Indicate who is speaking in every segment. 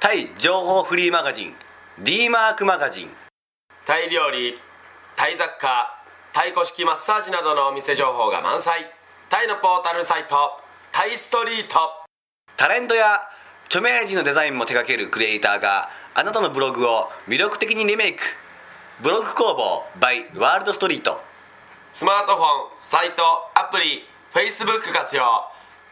Speaker 1: タイ情報フリーマガジン D マークマガジン
Speaker 2: タイ料理タイ雑貨タイ古式マッサージなどのお店情報が満載タイのポータルサイトタイストリート
Speaker 1: タレントや著名人のデザインも手掛けるクリエイターがあなたのブログを魅力的にリメイクブログ工房 by ワールドストリート
Speaker 2: スマートフォンサイトアプリ Facebook 活用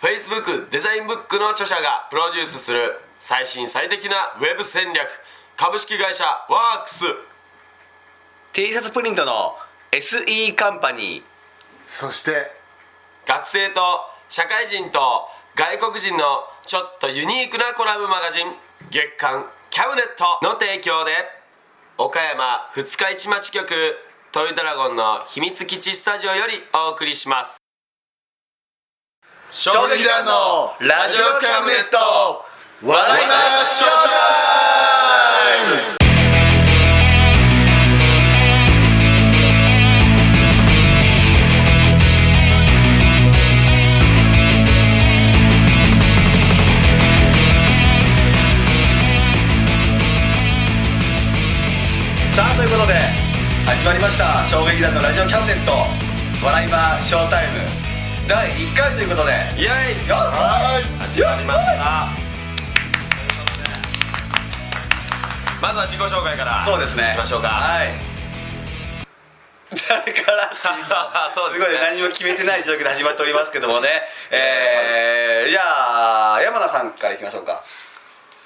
Speaker 2: Facebook デザインブックの著者がプロデュースする最新最適なウェブ戦略株式会社ワークス
Speaker 1: T シャツプリントの SE カンパニー
Speaker 3: そして
Speaker 2: 学生と社会人と外国人のちょっとユニークなコラムマガジン月刊キャブネットの提供で岡山二日市町局トイドラゴンの秘密基地スタジオよりお送りします衝撃団のラジオキャブネット笑いましょ
Speaker 1: さあということで始まりました衝撃団のラジオキャンデンと笑い場ショータイム第1回ということで
Speaker 2: イエイよ始まりましたまずは自己紹介から
Speaker 1: そうですね
Speaker 2: いきましょうか
Speaker 1: はい誰からっていうのは
Speaker 2: そうです
Speaker 1: ご
Speaker 2: ね
Speaker 1: い何も決めてない状況で始まっておりますけどもねえー、じゃあ山田さんからいきましょうか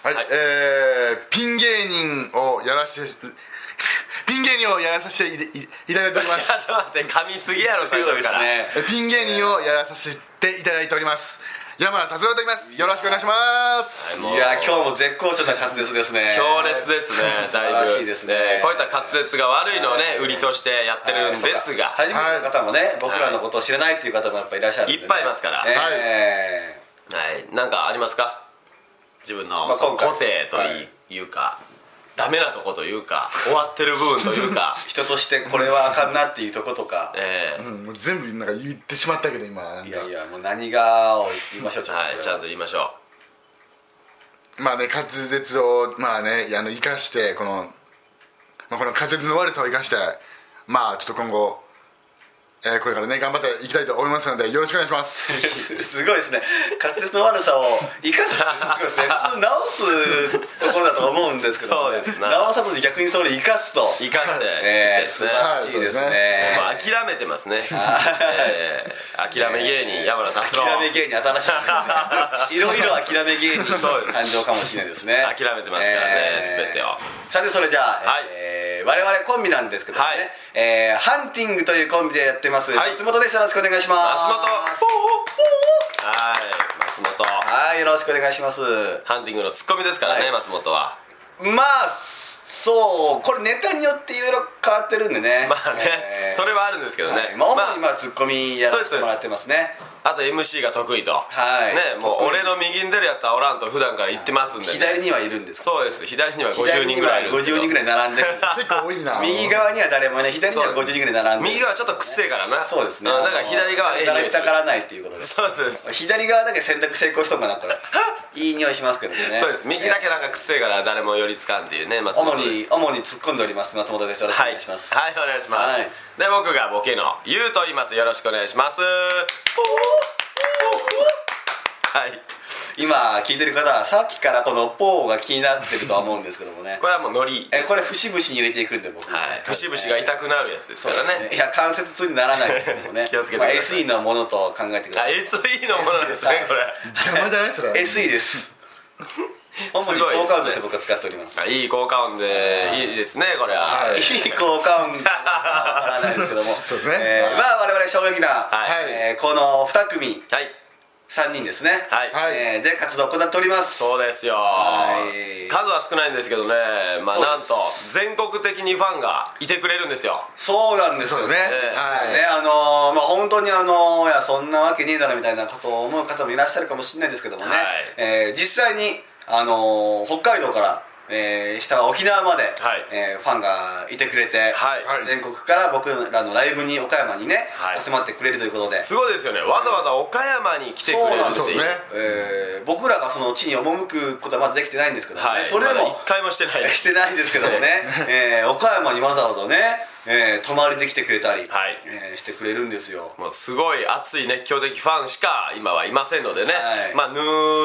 Speaker 3: はい、
Speaker 2: はい
Speaker 3: えーピン芸人をやらせ てピン芸人をやらさせていいただいておりま
Speaker 2: いや
Speaker 3: す
Speaker 2: ちょっと待って噛みすぎやろ最
Speaker 1: そうで
Speaker 2: 初か
Speaker 1: す
Speaker 2: ら
Speaker 1: ね
Speaker 3: えピン芸人をやらさせていただいております山田達郎と言いますよろしくお願いします、
Speaker 1: いや今日も絶好調な滑舌ですね
Speaker 2: 強烈ですねだいぶ
Speaker 1: 素晴らしいですね
Speaker 2: えーこいつは滑舌が悪いのをね売りとしてやってるんですが
Speaker 1: 初めての方もね、僕らのことを知らないっていう方もやっぱいらっしゃるんでね、
Speaker 2: いっぱいいますから
Speaker 1: え
Speaker 2: はいなんかありますか自分の
Speaker 1: まあ
Speaker 2: その
Speaker 1: 今回
Speaker 2: 個性と
Speaker 1: はい
Speaker 2: いいうかダメなとこというか終わってる部分とい うか
Speaker 1: ー人としてこれはあかんなっていうとことか
Speaker 2: え
Speaker 3: う
Speaker 2: ー
Speaker 3: んもう全部なんか言ってしまったけど今なんか
Speaker 1: いやいやもう何がを言いましょうちょっと、
Speaker 2: はいちゃんと言いましょ
Speaker 3: まあね滑舌をまあねあの生かしてこの、まあ、この滑舌の悪さを生かしてまあちょっと今後、えーこれからね頑張っていきたいと思いますのでよろしくお願いします
Speaker 1: す すごいですね滑舌の悪さを生かすってす ごいですね普通直すところだと思うんですけど、
Speaker 2: そうですね
Speaker 1: 直さずに逆にそれ生かすと
Speaker 2: う生かしていきたい
Speaker 1: え
Speaker 2: で
Speaker 1: ー
Speaker 2: す
Speaker 1: 素
Speaker 2: ね
Speaker 1: 晴らしいですね、
Speaker 3: はいそうです
Speaker 2: もう諦め てますね、えー諦め芸人山田達郎
Speaker 1: 諦め芸人新し いいろいろ諦め芸人
Speaker 2: そうです
Speaker 1: 誕生かもしれないですね
Speaker 2: 諦めてますからね全てを
Speaker 1: さてそれじゃあ、
Speaker 2: はい
Speaker 1: えー我々コンビなんですけどもね、
Speaker 2: はい
Speaker 1: えーハンティングというコンビでやってます、
Speaker 2: はい
Speaker 1: 松本ですよろしくお願いします
Speaker 2: 松本はい松本
Speaker 1: はいよろしくお願いします
Speaker 2: ハンティングのツッコミですからね、
Speaker 1: はい
Speaker 2: 松本は
Speaker 1: まあそうこれネタによっていろいろ変わってるんでね
Speaker 2: まあね、
Speaker 1: えー
Speaker 2: それはあるんですけどね、
Speaker 1: はいまあ
Speaker 2: ま
Speaker 1: 主にまあツッコミやらせてもらってますね
Speaker 2: あ、あと MC が得意と、
Speaker 1: はい
Speaker 2: ねもう
Speaker 1: 得意
Speaker 2: 俺の右に出るやつはおらんと普段から言ってますんでね、
Speaker 1: 左にはいるんです
Speaker 2: そうです左には50
Speaker 1: 左
Speaker 2: 人
Speaker 1: に
Speaker 2: ぐら
Speaker 1: はい
Speaker 2: いいるんですけど
Speaker 1: 50人ぐらい並ん でるんです
Speaker 3: 結構多いな
Speaker 1: 右側には誰もいない左には50人ぐらい並んでる
Speaker 2: 右側ちょっとくせえからな
Speaker 1: そうですね
Speaker 2: んだから左側ええ
Speaker 1: 誰も
Speaker 2: 匂いする
Speaker 1: たからないっていうことです
Speaker 2: そうそうです、
Speaker 1: 左側だけ選択成功しとんかなこれいい匂いしますけどね
Speaker 2: そうです右だけなんかくせえから誰も寄りつかんっていうね松
Speaker 1: 主
Speaker 2: 本で
Speaker 1: に
Speaker 2: す
Speaker 1: 主に突っ込んでおります松本ですよろしくお願いします、
Speaker 2: はい、はい、お願いします、
Speaker 1: はい
Speaker 2: で僕がボケのゆうと言いますよろしくお願いしますはい
Speaker 1: 今聞いてる方はさっきからこのポーが気になってるとは思うんですけどもね
Speaker 2: これはもうノリ
Speaker 1: えこれ節々に入れていくんで僕
Speaker 2: はい節々が痛くなるやつですからね
Speaker 1: いや関節痛にならないですけどもね
Speaker 2: 気をつけてください
Speaker 1: まあ SE のものと考えてくだ
Speaker 2: あ
Speaker 1: さい
Speaker 2: SE のものですねこれ
Speaker 3: 邪魔じゃないそれ
Speaker 1: SE です主に
Speaker 2: すごいですね
Speaker 1: 効果音として僕は使っております
Speaker 2: あいい効果音でいいですねこれは、
Speaker 3: はい
Speaker 1: いい効果音かわ からないですけども
Speaker 3: そうですね
Speaker 1: えーまあ我々衝撃な、
Speaker 2: はい
Speaker 1: えーこの2組
Speaker 2: はい
Speaker 1: 3人ですね
Speaker 2: はい
Speaker 3: はい
Speaker 1: えーで活動を行っております
Speaker 2: そうですよ
Speaker 1: はい
Speaker 2: 数は少ないんですけどねまあ
Speaker 1: そう
Speaker 2: なん
Speaker 1: で
Speaker 2: と全国的にファンがいてくれるんですよ
Speaker 1: そうなんです
Speaker 3: そう
Speaker 1: よ
Speaker 3: ですね
Speaker 1: えー
Speaker 3: はい
Speaker 1: ねあのーまあ本当にあのーいやそんなわけねえだろみたいなかと思う方もいらっしゃるかもしれないですけどもね、
Speaker 2: はい
Speaker 1: えー実際にあのー北海道から、えー下沖縄まで、
Speaker 2: はい
Speaker 1: えーファンがいてくれて、
Speaker 2: はい
Speaker 3: はい
Speaker 1: 全国から僕らのライブに岡山にね、
Speaker 2: はい
Speaker 1: 集まってくれるということで。
Speaker 2: すごいですよねわざわざ岡山に来てくれるって
Speaker 3: そう
Speaker 2: い
Speaker 3: で
Speaker 2: う
Speaker 3: すね
Speaker 1: えー僕らがその地に赴くことはまだできてないんですけどね、
Speaker 2: はい
Speaker 1: それで
Speaker 2: まだ
Speaker 1: も
Speaker 2: 一回もしてない
Speaker 1: えー してないですけども ね、えー岡山にわざわざね、えー泊まりできてくれたり、
Speaker 2: はい
Speaker 1: えーしてくれるんですよ
Speaker 2: もうすごい熱い熱狂的ファンしか今はいませんのでね、
Speaker 1: はい
Speaker 2: まあぬ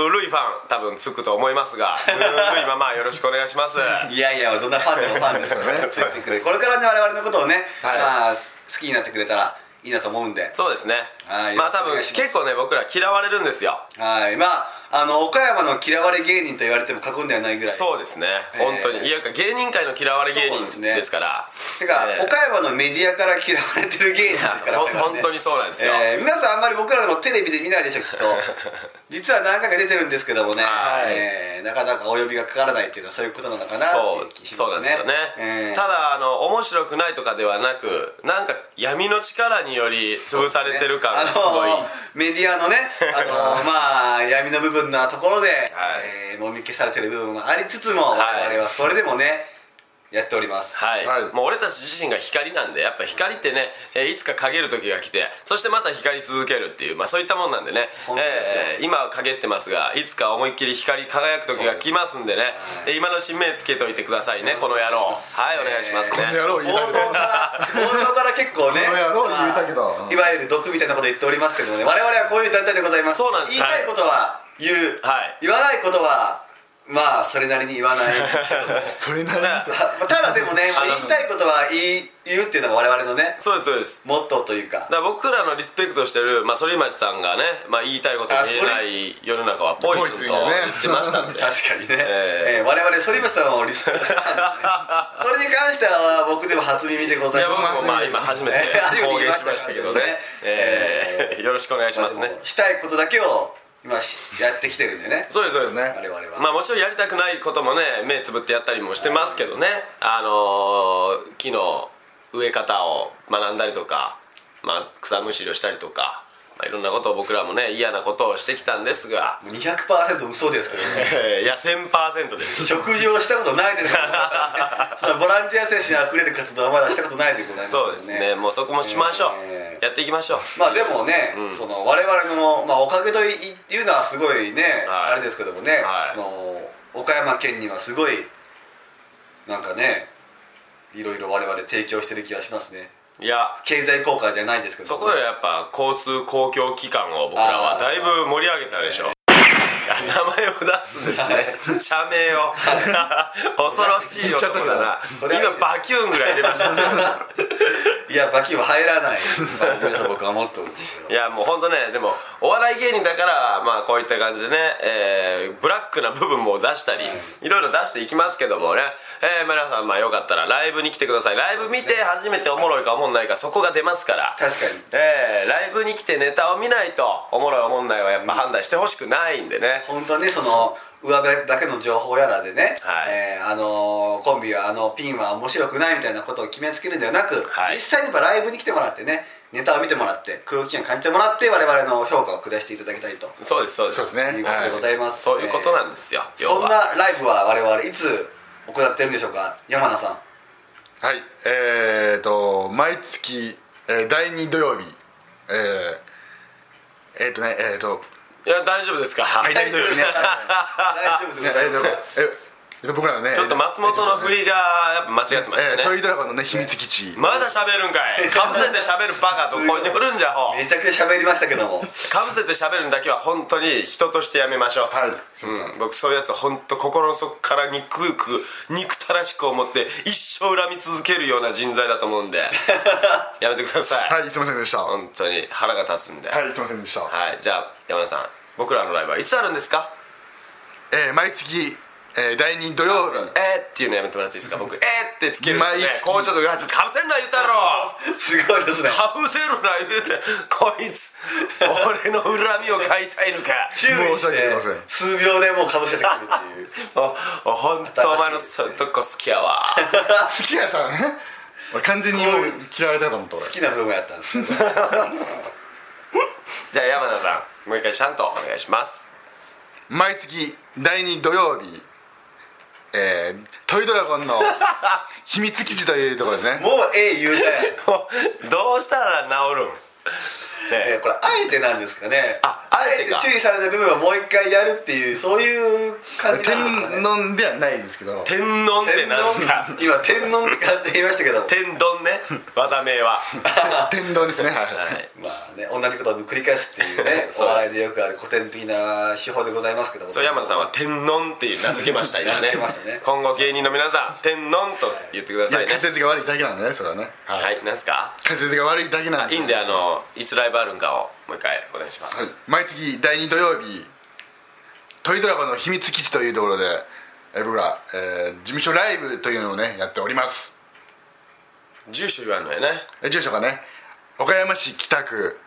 Speaker 2: るいファン多分つくと思いま すがぬるいままよろしくお願いします
Speaker 1: いやいやどんなファンでもファンですよ ねついてくれるこれからね我々のことをね、
Speaker 3: はい
Speaker 1: まあ、好きになってくれたらいいなと思うんで
Speaker 2: そうですね
Speaker 1: はい
Speaker 2: まあ
Speaker 1: よろしく
Speaker 2: 多
Speaker 1: お願いします
Speaker 2: 分結構ね僕ら嫌われるんですよ
Speaker 1: はいまああの岡山の嫌われ芸人と言われても過言ではないぐらい
Speaker 2: そうですね、
Speaker 1: えー
Speaker 2: 本当にいや芸人界の嫌われ
Speaker 1: そ
Speaker 2: 芸
Speaker 1: うで
Speaker 2: 人
Speaker 1: すね
Speaker 2: ですから
Speaker 1: てか、
Speaker 2: えー
Speaker 1: 岡山のメディアから嫌われてる芸人ですから
Speaker 2: ほ
Speaker 1: 我々はね
Speaker 2: 本当にそうなんですよ
Speaker 1: えー皆さんあんまり僕らでもテレビで見ないでしょき っと実は何回か出てるんですけどもね、
Speaker 2: はい
Speaker 1: えーなかなかお呼びがかからないっていうのはそういうことなのかな
Speaker 2: そ
Speaker 1: っていう
Speaker 2: う
Speaker 1: 気がし
Speaker 2: そうなん
Speaker 1: ま
Speaker 2: ですよね、
Speaker 1: えー
Speaker 2: ただあの面白くないとかではなくなんか闇の力により潰されてる感がすごい、
Speaker 1: あのメディアのね、 あのまあ、闇の部分なところで、えーもみ消されてる部分もありつつも、
Speaker 2: はい
Speaker 1: 我々はそれでもねやっております、
Speaker 2: はい、
Speaker 3: はい
Speaker 2: もう俺たち自身が光なんでやっぱ光ってね、えーいつか陰る時が来てそしてまた光り続けるっていう、まあ、そういったもんなんでね
Speaker 1: 本当ですよ
Speaker 2: えー今は陰ってますがいつか思いっきり光り輝く時が来ますんでね、えー今のうちに目つけといてくださいねこの野郎はいお願いしますね、
Speaker 3: この野郎
Speaker 1: 冒
Speaker 3: 言いた
Speaker 1: 頭
Speaker 3: け
Speaker 1: か
Speaker 3: ど
Speaker 1: ら冒頭から結構ね
Speaker 3: この野郎言いたけど
Speaker 1: まあいわゆる毒みたいなこと言っておりますけどもね我々はこういう団体でございます
Speaker 2: そうなんです
Speaker 1: 言いたいことは言う、
Speaker 2: はい
Speaker 1: 言わないことはまあそれなりに言わない
Speaker 3: それなりに
Speaker 2: だか
Speaker 1: ただでもね
Speaker 2: あの
Speaker 1: 言いたいことは言い言うっていうのが我々のね
Speaker 2: そうですそうです
Speaker 1: モットーというか
Speaker 2: だから僕らのリスペクトしてる、まあ、反町さんがね、まあ、言いたいこと言えない世の中はポイズンと
Speaker 3: ポイズン
Speaker 2: 言
Speaker 3: よね
Speaker 2: ってましたんで
Speaker 1: 確かにね、
Speaker 2: え
Speaker 1: えー我々反町さんをリスペクト してたんですねそれに関しては僕でも初耳でご
Speaker 2: い
Speaker 1: ざい
Speaker 2: や
Speaker 1: ます
Speaker 2: 僕も まあ今初めて公言しましたけどね、えーよろしくお願いしますね
Speaker 1: したいことだけを今しやってきてるんでね
Speaker 2: そうですそうです、
Speaker 3: ね
Speaker 1: 我々は、
Speaker 2: まあもちろんやりたくないこともね目つぶってやったりもしてますけどねあのー木の植え方を学んだりとか、まあ、草むしりをしたりとか、まあ、いろんなことを僕らもね嫌なことをしてきたんですが、
Speaker 1: もう200%嘘ですけどね
Speaker 2: えーいや1000%です
Speaker 1: 食事をしたことないですから、 ね、そのボランティア精神あふれる活動はまだしたことないでございますよ
Speaker 2: そうですねもうそこもしましょう、
Speaker 1: え
Speaker 2: やっていきましょう
Speaker 1: まあでもね、その我々の、まあ、おかげといいうのはすごいね、
Speaker 2: はい
Speaker 1: あれですけどもね、
Speaker 2: はい
Speaker 1: あの岡山県にはすごいなんかねいろいろ我々提供してる気がしますね
Speaker 2: いや
Speaker 1: 経済効果じゃないですけど
Speaker 2: そ
Speaker 1: もね、
Speaker 2: こでやっぱ交通公共機関を僕らはだいぶ盛り上げたでしょいや名前を出すんですね社 名を恐ろしい男だな
Speaker 1: 言っちゃったけど
Speaker 2: 今バキューンぐらい出 ましたね
Speaker 1: いやバキは入らない番組だと僕は思っておるんですけ ど
Speaker 2: いやもうほんとねでもお笑い芸人だからまあこういった感じでね、えーブラックな部分も出したりいろいろ出していきますけどもね、えー皆さんまあよかったらライブに来てくださいライブ見て初めておもろいかおもんないかそこが出ますから
Speaker 1: 確かに
Speaker 2: えーライブに来てネタを見ないとおもろいおもんないはやっぱ判断してほしくないんでね、
Speaker 1: 本当にその上辺だけの情報やらでね、
Speaker 2: はい
Speaker 1: えーあのーコンビはあのピンは面白くないみたいなことを決めつけるんではなく、
Speaker 2: はい
Speaker 1: 実際にやっぱライブに来てもらってねネタを見てもらって空気感感じてもらって我々の評価を下していただきたいと
Speaker 2: そうですそうです
Speaker 3: そうですね
Speaker 1: いうことでございます、
Speaker 2: そういうことなん
Speaker 1: で
Speaker 2: ですよ、
Speaker 1: す、そん
Speaker 2: 要
Speaker 1: な
Speaker 2: は
Speaker 1: ライブは我々いつ行ってるんでしょうか山 名さん
Speaker 3: はいえー、と毎月、えー第2土曜日えー、えー、とねえー、と
Speaker 2: いや大丈夫ですか、
Speaker 3: い大丈夫ですね
Speaker 1: 大丈夫です大丈夫です
Speaker 3: ええっと僕らのね
Speaker 2: ちょっと松本の振りがやっぱ間違ってました
Speaker 3: えー、ト
Speaker 2: ね、
Speaker 3: イドラゴンのね秘密基地
Speaker 2: まだ喋るんかいかぶせて喋るバカどこにおるんじゃほ
Speaker 1: めちゃくちゃ喋りましたけども
Speaker 2: かぶせて喋るんだけは本当に人としてやめましょう、
Speaker 3: はい
Speaker 2: うん、僕そういうやつ本当心の底から憎く憎たらしく思って一生恨み続けるような人材だと思うんでやめてください
Speaker 3: はいすいませんでしたは
Speaker 2: 本当に腹が立つんではい、
Speaker 3: いすいませんでした
Speaker 2: じゃあ山田さん僕らのライブはいつあるんですか
Speaker 3: えー毎月、えー第2土曜日
Speaker 2: えーっていうのやめてもらっていいですか僕えーってつけるんですよね
Speaker 3: 毎月
Speaker 2: こうちょっとうわちょっとかぶせんな言ったろ
Speaker 1: すごいですね
Speaker 2: かぶせるな言うてこいつ俺の恨みを買いたいのか
Speaker 1: 注意し
Speaker 3: 申し訳ありませ
Speaker 1: て
Speaker 3: ん
Speaker 1: 数秒でもうかぶせてくるっていう
Speaker 2: おお本当お前のそういうとこ好きやわ
Speaker 3: 好きやったらね俺完全にもう嫌われたと思った俺
Speaker 1: 好きな部分やったんですね
Speaker 2: じゃあ山名さんもう一回ちゃんとお願いします
Speaker 3: 毎月第2土曜日えー、トイドラゴンの秘密基地というところですね
Speaker 1: もうええ言うね、
Speaker 2: もうどうしたら治るん
Speaker 1: え
Speaker 2: ね
Speaker 1: ーこれあ えてなんですかね
Speaker 2: ああえてか
Speaker 1: 注意された部分はもう一回やるっていうそういう感じなんですか
Speaker 3: 天
Speaker 1: ね
Speaker 3: 丼ではないですけど
Speaker 2: 天丼って何すか
Speaker 1: 天丼今天丼って感じで言いましたけども
Speaker 2: 天丼ね技名 は
Speaker 3: 天丼ですねはい
Speaker 2: はい
Speaker 1: まあね同じことを繰り返すっていうねお
Speaker 2: そうです
Speaker 1: 笑いでよくある古典的な手法でございますけども
Speaker 2: そう山名さんは天丼っていう名付けました今
Speaker 1: 名
Speaker 2: ね
Speaker 1: 付けましたね
Speaker 2: 今後芸人の皆さん天丼と言ってくだ
Speaker 3: いや
Speaker 2: さいね
Speaker 3: 滑舌が悪いだけなんでねそれはねはい
Speaker 2: はい何すか
Speaker 3: 滑舌が悪いだけなん
Speaker 2: いいんであのいつライブあるんかをもう一回お願いします
Speaker 3: 毎月第2土曜日トイドラゴンの秘密基地というところでえー僕ら、えー事務所ライブというのをねやっております
Speaker 2: 住所言わんのやね
Speaker 3: え住所がね岡山市北区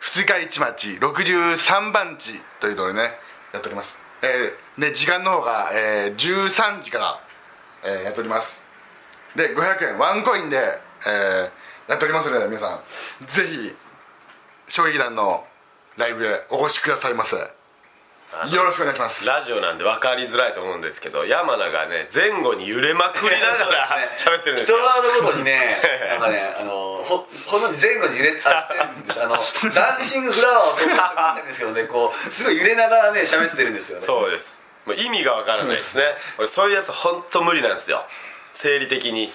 Speaker 3: 二日市町63番地というところでねやっております、えーで時間の方が、えー13時から、えーやっておりますで500円ワンコインで、えーやっておりますので皆さんぜひ衝撃団のライブへお越しくださいませよろしくお願いします
Speaker 2: ラジオなんで分かりづらいと思うんですけど山名がね前後に揺れまくりながら喋ってるんです
Speaker 1: 人
Speaker 2: よ
Speaker 1: はのことに ねなんかねあのほほんのに前後に揺れあってるんですあのダンシングフラワーをそうなってるんですけどねこうすごい揺れながらね喋ってるんですよね
Speaker 2: そうですもう意味が分からないですね俺そういうやつ本当無理なんですよ生理的に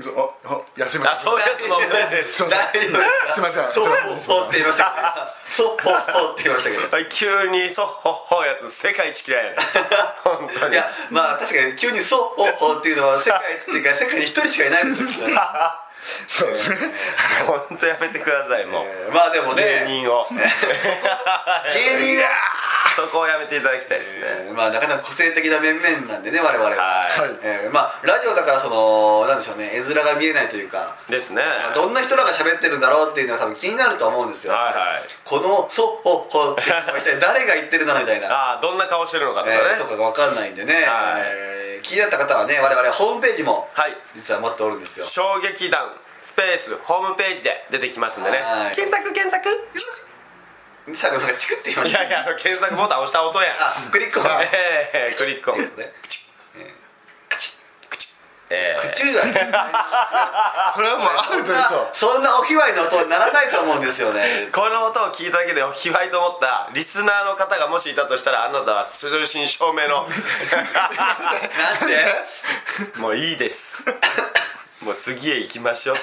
Speaker 3: そうおおいやすいま
Speaker 2: あ
Speaker 3: せん
Speaker 2: そういうやつも無 理です
Speaker 3: そう
Speaker 1: 大丈夫です
Speaker 3: すいません
Speaker 1: そう
Speaker 3: すいません
Speaker 1: ほって言いましたけどねそうほほって言いましたけど
Speaker 2: 急にそっほっほやつ世界一嫌いやね 本当
Speaker 1: い
Speaker 2: に
Speaker 1: やまあ確かに急に「そうほほ」っていうのは世界一っていうか世界に一人しかいないんですよ、ね、
Speaker 3: そうですね
Speaker 2: 本当やめてくださいもう、
Speaker 1: えーまあでもね
Speaker 2: 芸人 を
Speaker 1: 芸人は
Speaker 2: そこをやめていただきたいですね、
Speaker 1: えーまあ、なかなか個性的な面々なんでね我々は、
Speaker 2: はい
Speaker 3: はい
Speaker 1: えーまあ、ラジオだからそのなんでしょうね絵面が見えないというか、
Speaker 2: ですね
Speaker 1: まあどんな人らが喋ってるんだろうっていうのは多分気になると思うんですよ、
Speaker 2: はいはい
Speaker 1: この「そっほっほ」って一体誰が言ってるなみたいな、
Speaker 2: ああどんな顔してるのかとかね、
Speaker 1: えーとかが分かんないんでね、
Speaker 2: はい
Speaker 1: えー気になった方はね我々ホームページも
Speaker 2: はい
Speaker 1: 実は持っておるんですよ、
Speaker 2: 衝撃団スペースホームページで出てきますんでね
Speaker 1: はい
Speaker 2: 検索検 索
Speaker 1: 最後なんかチクって言いま
Speaker 2: い
Speaker 1: した
Speaker 2: やいやあの検索ボタン押した音やん
Speaker 1: あクリックをね
Speaker 2: ええクリックオン
Speaker 1: ね
Speaker 2: ええ
Speaker 1: 口が ね
Speaker 3: それはもうアウトでしょ
Speaker 1: そんなお卑猥な音にならないと思うんですよね
Speaker 2: この音を聞いただけで卑猥と思ったリスナーの方がもしいたとしたらあなたは正真正銘 の
Speaker 1: なん で
Speaker 2: もういいですもう次へ行きましょう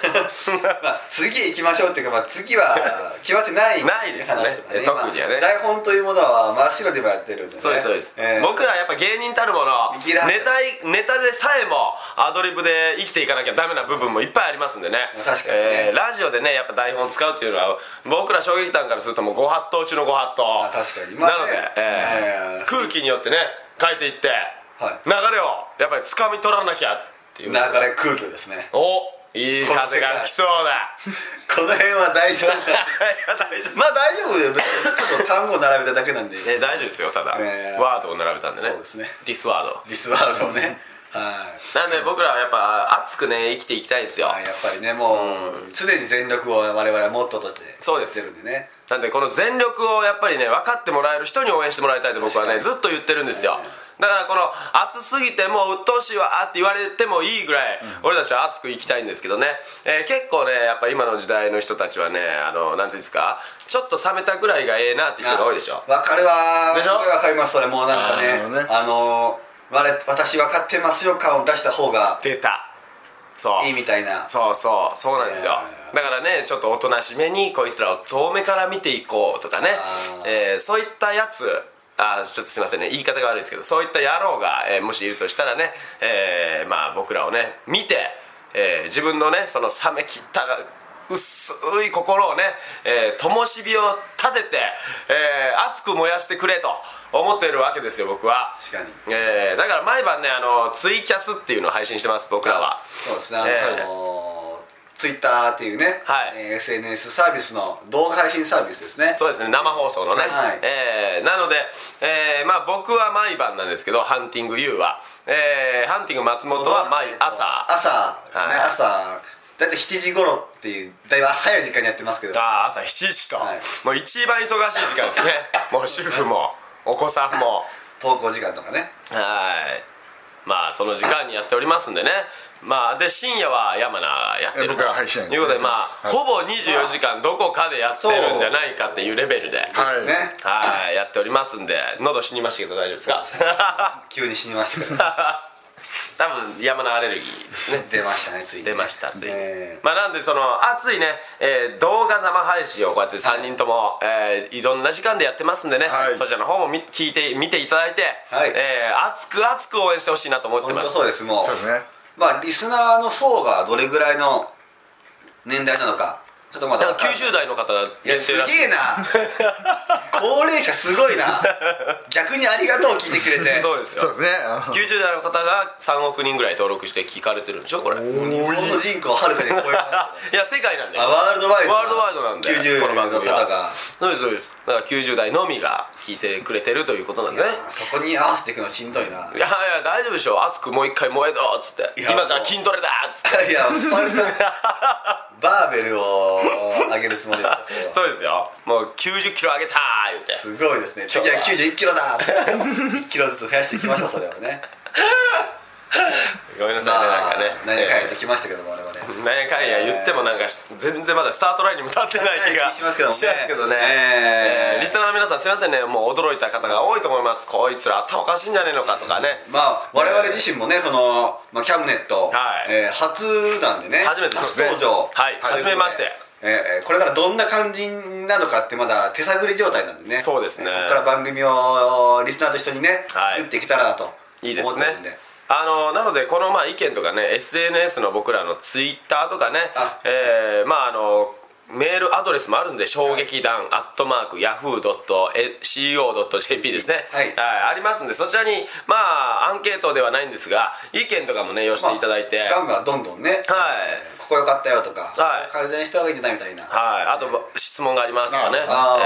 Speaker 1: まあ、次行きましょうっていうか、まあ、次 は決まってない
Speaker 2: ないですね
Speaker 1: 話とか
Speaker 2: え特にはね
Speaker 1: まあ台本というものは真っ白でもやってるんで、ね、
Speaker 2: そうですそうです、
Speaker 1: えー
Speaker 2: 僕らやっぱ芸人たるもの
Speaker 1: 見切
Speaker 2: ネ
Speaker 1: ら
Speaker 2: タ
Speaker 1: ない
Speaker 2: ネタでさえもアドリブで生きていかなきゃダメな部分もいっぱいありますんでね
Speaker 1: 確かにね
Speaker 2: えーラジオでねやっぱ台本使うっていうのは僕ら衝撃団からするともうご法度中のご法度
Speaker 1: あ確かにまあね
Speaker 2: なので、えー
Speaker 1: えー
Speaker 2: 空気によってね変えていって、
Speaker 1: は
Speaker 2: 流れをやっぱり掴み取らなきゃっていう
Speaker 1: 流れ空気をですね
Speaker 2: おいい風が来そうだ
Speaker 1: この辺は大丈夫
Speaker 2: 大丈夫
Speaker 1: まあ大丈夫だよ別にちょっと単語を並べただけなんで、
Speaker 2: えー大丈夫ですよただ、
Speaker 1: えー
Speaker 2: ワードを並べたんでね
Speaker 1: そうですね
Speaker 2: ディスワード
Speaker 1: ディスワールドをねはい
Speaker 2: なんで僕らはやっぱ熱くね生きていきたいんですよ
Speaker 1: あやっぱりねもう常に全力を我々はモットーとして
Speaker 2: そうです
Speaker 1: やってるんでね
Speaker 2: なんでこの全力をやっぱりね分かってもらえる人に応援してもらいたいと僕はねずっと言ってるんですよだからこの熱すぎてもう鬱陶しいわって言われてもいいぐらい俺たちは熱く生きたいんですけどね、えー結構ねやっぱ今の時代の人たちはねあのなんていうんですかちょっと冷めたぐらいがええなって人が多いでしょ
Speaker 1: わかるわー
Speaker 2: でしょ
Speaker 1: すごいわかりますそれもうなんか
Speaker 3: あーなるほど
Speaker 1: ね
Speaker 3: ね
Speaker 1: あのー、我私分かってますよ感を出した方が
Speaker 2: 出たそう
Speaker 1: いいみたいな
Speaker 2: そうそうそうなんですよだからねちょっとおとなしめにこいつらを遠目から見ていこうとかね
Speaker 1: あ、
Speaker 2: えーそういったやつあーちょっとすいませんね言い方が悪いですけどそういった野郎が、えーもしいるとしたらね、えーまあ、僕らをね見て、えー自分のねその冷め切った薄い心をね、えー灯火を立てて、えー熱く燃やしてくれと思っているわけですよ僕は
Speaker 1: 確かに
Speaker 2: えーだから毎晩ねあのツイキャスっていうのを配信してます僕らは
Speaker 1: そうですね、
Speaker 2: えー
Speaker 1: あのツイッターっていうね、
Speaker 2: はい
Speaker 1: えー SNS サービスの動画配信サービスですね
Speaker 2: そうですね生放送のね、
Speaker 1: はい
Speaker 2: えーなので、えーまあ、僕は毎晩なんですけどハンティング U は、えーハンティング松本は毎朝あ
Speaker 1: 朝ですね、
Speaker 2: はい
Speaker 1: 朝だいたい7時頃っていうだいぶ早い時間にやってますけど
Speaker 2: ー朝7時と、
Speaker 1: はい
Speaker 2: もう一番忙しい時間ですねもう主婦もお子さんも
Speaker 1: 投稿時間とかね
Speaker 2: はいまあその時間にやっておりますんでねまあで深夜は山名やってると
Speaker 3: 僕ははい深夜
Speaker 2: いうことでまあ、
Speaker 3: はい
Speaker 2: ほぼ24時間どこかでやってるんじゃないかっていうレベルで
Speaker 3: はい
Speaker 1: ね
Speaker 2: はいやっておりますんで喉死にましたけど大丈夫ですか
Speaker 1: 急に死にましたけど
Speaker 2: 多分山のアレルギーですね
Speaker 1: 出ましたねついに
Speaker 2: 出ましたついに、
Speaker 1: ねえ
Speaker 2: まあなんでその熱いね、えー動画生配信をこうやって3人とも、いえーいろんな時間でやってますんでね、
Speaker 3: はい
Speaker 2: そちらの方も見聞いて見ていただいて、
Speaker 1: はい
Speaker 2: えー熱く熱く応援してほしいなと思って
Speaker 1: 本
Speaker 2: ま
Speaker 1: 当
Speaker 2: す
Speaker 1: そうですもう
Speaker 3: そうですね
Speaker 1: まあリスナーの層がどれぐらいの年代なのかちょっとまだ
Speaker 2: なんか90代の方
Speaker 1: いや
Speaker 2: 限
Speaker 1: す
Speaker 2: 定らしい
Speaker 1: げえな高齢者すごいな逆にありがとう聞いてくれて
Speaker 2: そうです
Speaker 3: そう
Speaker 2: よ
Speaker 3: ですねあ
Speaker 2: 90代の方が3億人ぐらい登録して聞かれてるんでしょこれい
Speaker 3: の
Speaker 1: 日本の人口をはるかに超えましたね
Speaker 2: や世界なんで
Speaker 1: あワールドワイド
Speaker 2: ワールドワイドなんで
Speaker 1: 90
Speaker 2: この番組は
Speaker 1: の方が
Speaker 2: そうですそうですだから90代のみが聞いてくれてるということなんでね
Speaker 1: そこに合わせていくのしんどいな
Speaker 2: いやいや大丈夫でしょ熱くもう一回燃えろっつって
Speaker 1: いや
Speaker 2: 今から筋トレだっつって
Speaker 1: いやスパルタバーベルを上げるつもりですそれは
Speaker 2: そうですよもう90キロ上げたー言うて
Speaker 1: すごいですね次は91キロだ1キロずつ増やしていきましょうそれはね
Speaker 2: ごめんなさ
Speaker 1: ま
Speaker 2: いねなん
Speaker 1: あ
Speaker 2: かね
Speaker 1: 何回やってきましたけども我々
Speaker 2: えーなんやかんや言ってもなんかし全然まだスタートラインにも立ってない気が
Speaker 1: しますけどもねえ
Speaker 2: え
Speaker 1: ー
Speaker 2: ーリスナーの皆さんすいませんねもう驚いた方が多いと思いますこいつら頭おかしいんじゃねえのかとかね
Speaker 1: まあ我々自身もねその、まあ、キャムネット、
Speaker 2: はい
Speaker 1: えー初なんでね
Speaker 2: 初めて
Speaker 1: 初登場
Speaker 2: はい初めまして
Speaker 1: えーこれからどんな感じなのかってまだ手探り状態なんでね
Speaker 2: そうですね
Speaker 1: えーここから番組をリスナーと一緒にね、
Speaker 2: はい
Speaker 1: 作っていけたらなと思って
Speaker 2: い
Speaker 1: る
Speaker 2: い
Speaker 1: ん
Speaker 2: ですね
Speaker 1: で
Speaker 2: あのなのでこのまあ意見とかね SNS の僕らのツイッターとかね
Speaker 1: あ、
Speaker 2: えーまああのメールアドレスもあるんで衝撃弾アットマークヤフー .co.jp ですね
Speaker 1: はい
Speaker 2: ありますんでそちらにまあアンケートではないんですが意見とかもね寄せていただいて、
Speaker 1: ガンガンどんどんね、はいここ良かったよとか、
Speaker 2: はい
Speaker 1: 改善した方がいいんじゃないみたいな、
Speaker 2: はい、あとば質問がありますとかね、
Speaker 1: あ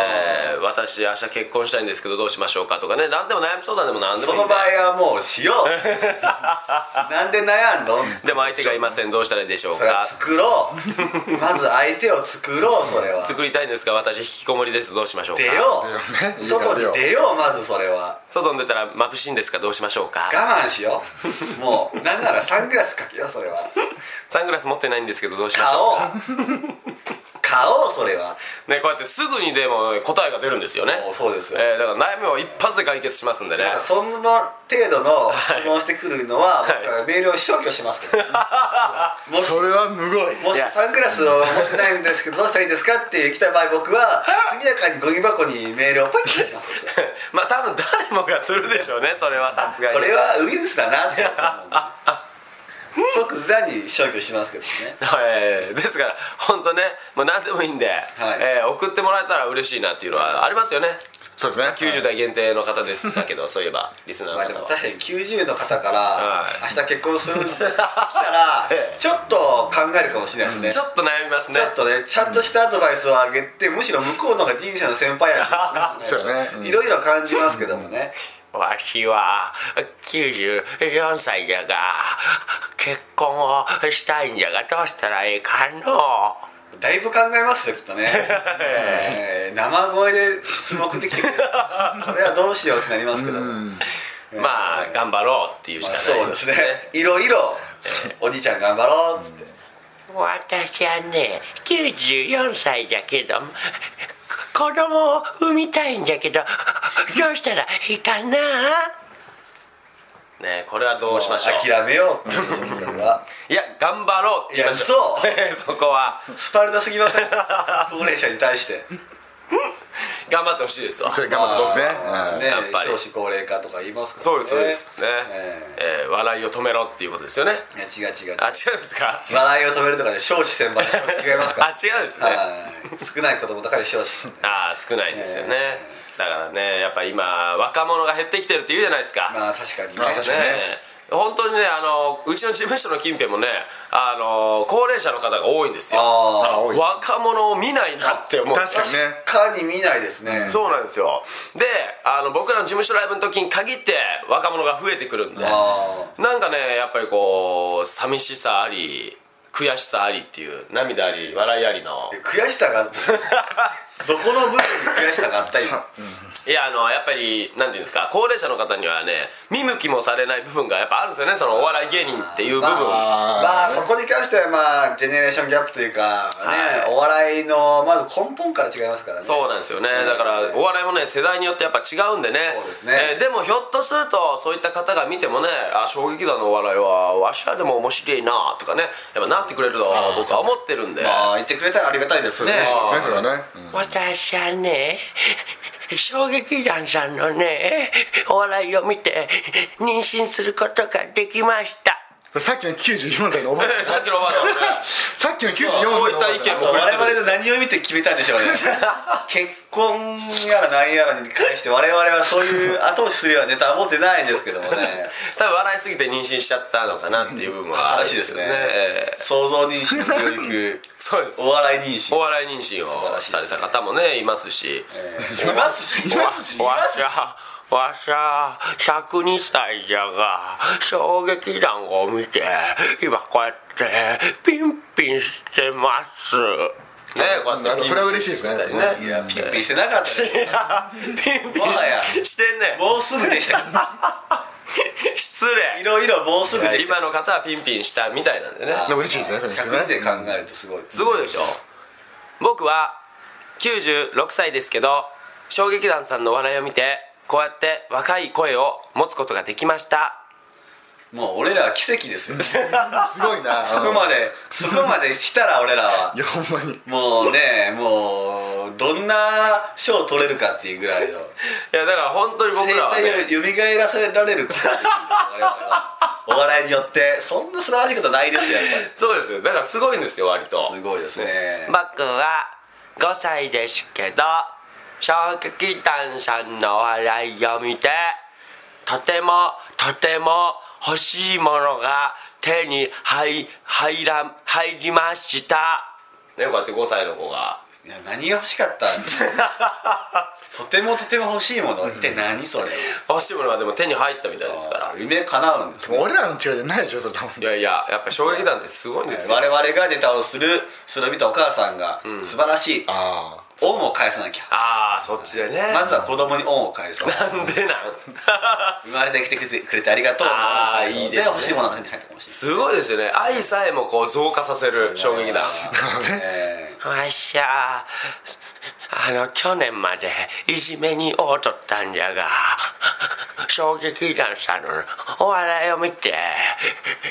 Speaker 2: えー私明日結婚したいんですけどどうしましょうかとかね何でも悩み相談でも何で
Speaker 1: そ
Speaker 2: もいい
Speaker 1: の
Speaker 2: んで
Speaker 1: 場合はもうしよ うなんで悩んどん
Speaker 2: でも相手がいませんどうしたらいいでしょう
Speaker 1: それは
Speaker 2: か
Speaker 1: 作ろ うまず相手を作ろうそれは
Speaker 2: 作りたいんですが私引きこもりですどうしましょうか
Speaker 1: 出よ
Speaker 3: 出よう
Speaker 1: う
Speaker 3: ね
Speaker 1: 外に出ようまずそれは
Speaker 2: 外に出たら眩しいんですかどうしましょうか
Speaker 1: 我慢しようもうなんならサングラスかけようそれは
Speaker 2: サングラス持ってないんですけどどうしまし
Speaker 1: 買
Speaker 2: ょ
Speaker 1: おう買おうそれは
Speaker 2: うねこうやってすぐにでも答えが出るんですよね
Speaker 1: もうそうですよ
Speaker 2: えーだから悩みを一発で解決しますんでね
Speaker 1: だからその程度の質問してくるのは、
Speaker 2: はい
Speaker 1: 僕はメールを消去しますけど、もし
Speaker 3: それはむごい
Speaker 1: もしサングラスを持ってないんですけどどうしたらいいですかって来た場合僕は速やかにゴミ箱にメールをパッとします僕は
Speaker 2: まあ多分誰もがするでしょうねそれはさすがに
Speaker 1: これはウイルスだなって思う 即座に消去しますけどね
Speaker 2: えーですから本当ねもう何でもいいんで、えー送ってもらえたら嬉しいなっていうのはありますよね
Speaker 3: そうですね
Speaker 2: 90代限定の方ですだけどそういえばリスナー
Speaker 1: まあで
Speaker 2: の
Speaker 1: も
Speaker 2: 方は
Speaker 1: 確かに90の方から、
Speaker 2: はい
Speaker 1: 明日結婚するんです来た ら
Speaker 2: ええ
Speaker 1: ちょっと考えるかもしれないですね、
Speaker 2: ちょっと悩みますね
Speaker 1: ちょっとねちゃんとしたアドバイスをあげてむしろ向こうの方が人生の先輩やし
Speaker 3: そうだねうん
Speaker 1: いろいろ感じますけどもね、
Speaker 2: わしは94歳じゃが結婚をしたいんじゃがどうしたらいいかの
Speaker 1: だいぶ考えますよきっとね、 えー生声で質問送ってきてくれるこれはどうしようってなりますけども、
Speaker 2: まあ頑張ろうっていうしか
Speaker 1: まあ
Speaker 2: な
Speaker 1: そ
Speaker 2: いうで
Speaker 1: ですす
Speaker 2: ね
Speaker 1: ねいろいろおじいちゃん頑張ろうっつって、
Speaker 4: 私はね94歳だけどこ子供を産みたいんだけどどうしたらいいかな
Speaker 2: ねこれはどうしましょう
Speaker 1: 諦めようっていうそれ はい
Speaker 2: や頑張ろうって言いましょう そこは
Speaker 1: スパルタすぎません高齢者に対して
Speaker 2: 頑張ってほしいですわ
Speaker 3: それ頑張って
Speaker 1: まあ
Speaker 3: 僕ね
Speaker 1: ね
Speaker 3: うん
Speaker 2: やっぱり
Speaker 1: 少子高齢化とか言いますから
Speaker 2: そう
Speaker 1: ね
Speaker 2: ですそうですね
Speaker 1: え
Speaker 2: えー笑いを止めろっていうことですよね
Speaker 1: いや違う違う違う
Speaker 2: あ違うんですか
Speaker 1: 笑いを止めるとかで少子千万で違いますか
Speaker 2: あ違うんですね
Speaker 1: はい少ない子供とかで少子
Speaker 2: ああ少ないですよねだからねやっぱ今若者が減ってきてるって言うじゃないですか
Speaker 1: まあ確かにね
Speaker 3: まあ確かに
Speaker 2: ね本当にねあのうちの事務所の近辺もねあの高齢者の方が多いんですよ
Speaker 1: あ
Speaker 3: ー多い
Speaker 2: 若者を見ないなって思うんです
Speaker 3: 確かにね
Speaker 1: 確かに見ないですね
Speaker 2: そうなんですよであの僕らの事務所ライブの時に限って若者が増えてくるんで
Speaker 1: あ
Speaker 2: なんかねやっぱりこう寂しさあり悔しさありっていう涙あり笑いありの
Speaker 1: 悔しさがどこの部分に悔しさがあったり
Speaker 2: いやあのやっぱりなんていうんですか高齢者の方にはね見向きもされない部分がやっぱあるんですよねそのお笑い芸人っていう部分
Speaker 1: まあまあそこに関してはまあジェネレーションギャップというかね
Speaker 2: はい
Speaker 1: お笑いのまず根本から違いますからね
Speaker 2: そうなんですよねだからお笑いもね世代によってやっぱ違うんでね
Speaker 1: そうですね
Speaker 2: えーでもひょっとするとそういった方が見てもねあ衝撃だのお笑いはわしらでも面白いなとかねやっぱなってくれるとは僕は思ってるんで
Speaker 1: まあ言ってくれたらありがたいですね
Speaker 3: そうですねそれはねうん
Speaker 4: 私はね衝撃団さんのねお笑いを見て妊娠することができました
Speaker 3: それさっきの94歳のおばあ
Speaker 2: さっきのおばあちゃんもね
Speaker 3: さんさっきの94歳の
Speaker 2: そうこうい
Speaker 3: お
Speaker 2: っ
Speaker 3: ばあ
Speaker 2: た意
Speaker 3: ちゃん
Speaker 2: 見も
Speaker 1: 我々の何を見て決めたんでしょうね結婚やら何やらに関して我々はそういう後押しするようなネタは持ってないんですけどもね
Speaker 2: 多分笑いすぎて妊娠しちゃったのかなっていう部分はあ
Speaker 1: 新
Speaker 2: るん
Speaker 1: しいです
Speaker 2: け
Speaker 1: ね
Speaker 2: どえー
Speaker 1: 想像妊娠の教育
Speaker 2: そうです
Speaker 1: お笑い妊娠
Speaker 2: お笑い妊娠をされた方もねいますし、
Speaker 1: いますしいますしい
Speaker 4: わ
Speaker 1: ます
Speaker 4: しゃわしゃ102歳じゃが衝撃団を見て今こうやってピンピンしてます
Speaker 2: ねこう やって
Speaker 3: それは嬉しいですね
Speaker 2: ピンピン
Speaker 3: うん
Speaker 2: し
Speaker 1: いやピンピンしてなかったです
Speaker 2: たりねいやピンピン
Speaker 1: もはや
Speaker 2: ししてんね
Speaker 1: もうすぐでした
Speaker 2: 失
Speaker 1: い
Speaker 2: 礼
Speaker 1: ろいろもうすぐでした
Speaker 2: 今の方はピンピンしたみたいなんでね
Speaker 3: でも嬉しいですねそれ
Speaker 1: 100で考えるとすごい
Speaker 2: すごいでしょ僕は96歳ですけど小劇団さんの笑いを見てこうやって若い声を持つことができました
Speaker 1: もう俺らは奇跡ですよそ
Speaker 3: すごいな
Speaker 1: こまで そこまでしたら俺らはい
Speaker 3: やほんまに
Speaker 1: もうねもうどんな賞取れるかっていうぐらいの
Speaker 2: いやだから本当に僕
Speaker 1: 生
Speaker 2: らは、ね、
Speaker 1: 態を蘇らせられることができる我々はお笑いによってそんな素晴らしいことないですよやっ
Speaker 2: そうですよだからすごいんですよ割と
Speaker 1: ぱりすごいですね
Speaker 4: 僕は5歳ですけど衝撃団さんの笑いを見てとてもとても欲しいものが手に入入ら入りました
Speaker 2: ねこうやって5歳の子が
Speaker 1: いや何が欲しかったんです とてもとても欲しいもの一体何それ
Speaker 2: 欲しいものがでも手に入ったみたいですから
Speaker 1: 夢叶うんですね
Speaker 3: 俺らの違いじゃないでしょそれ多分
Speaker 2: いやいややっぱ衝撃団ってすごいんですよ
Speaker 1: 我々がネタをするそれを見たお母さんが素晴らしい、
Speaker 3: あ
Speaker 1: 恩を返さなきゃ
Speaker 2: ああそっちでね
Speaker 1: まずは子供に恩を 返そう
Speaker 2: なんでなん
Speaker 1: 生まれてきてくれてありがとうの
Speaker 2: あー
Speaker 1: 恩を返そう
Speaker 2: いいですね
Speaker 1: 欲しいものが手に入ったかもし
Speaker 2: すごいですよね愛さえもこう増加させる衝撃団
Speaker 1: れない、え
Speaker 4: わっしゃあの去年までいじめに遭うとったんじゃが衝撃団さんのお笑いを見て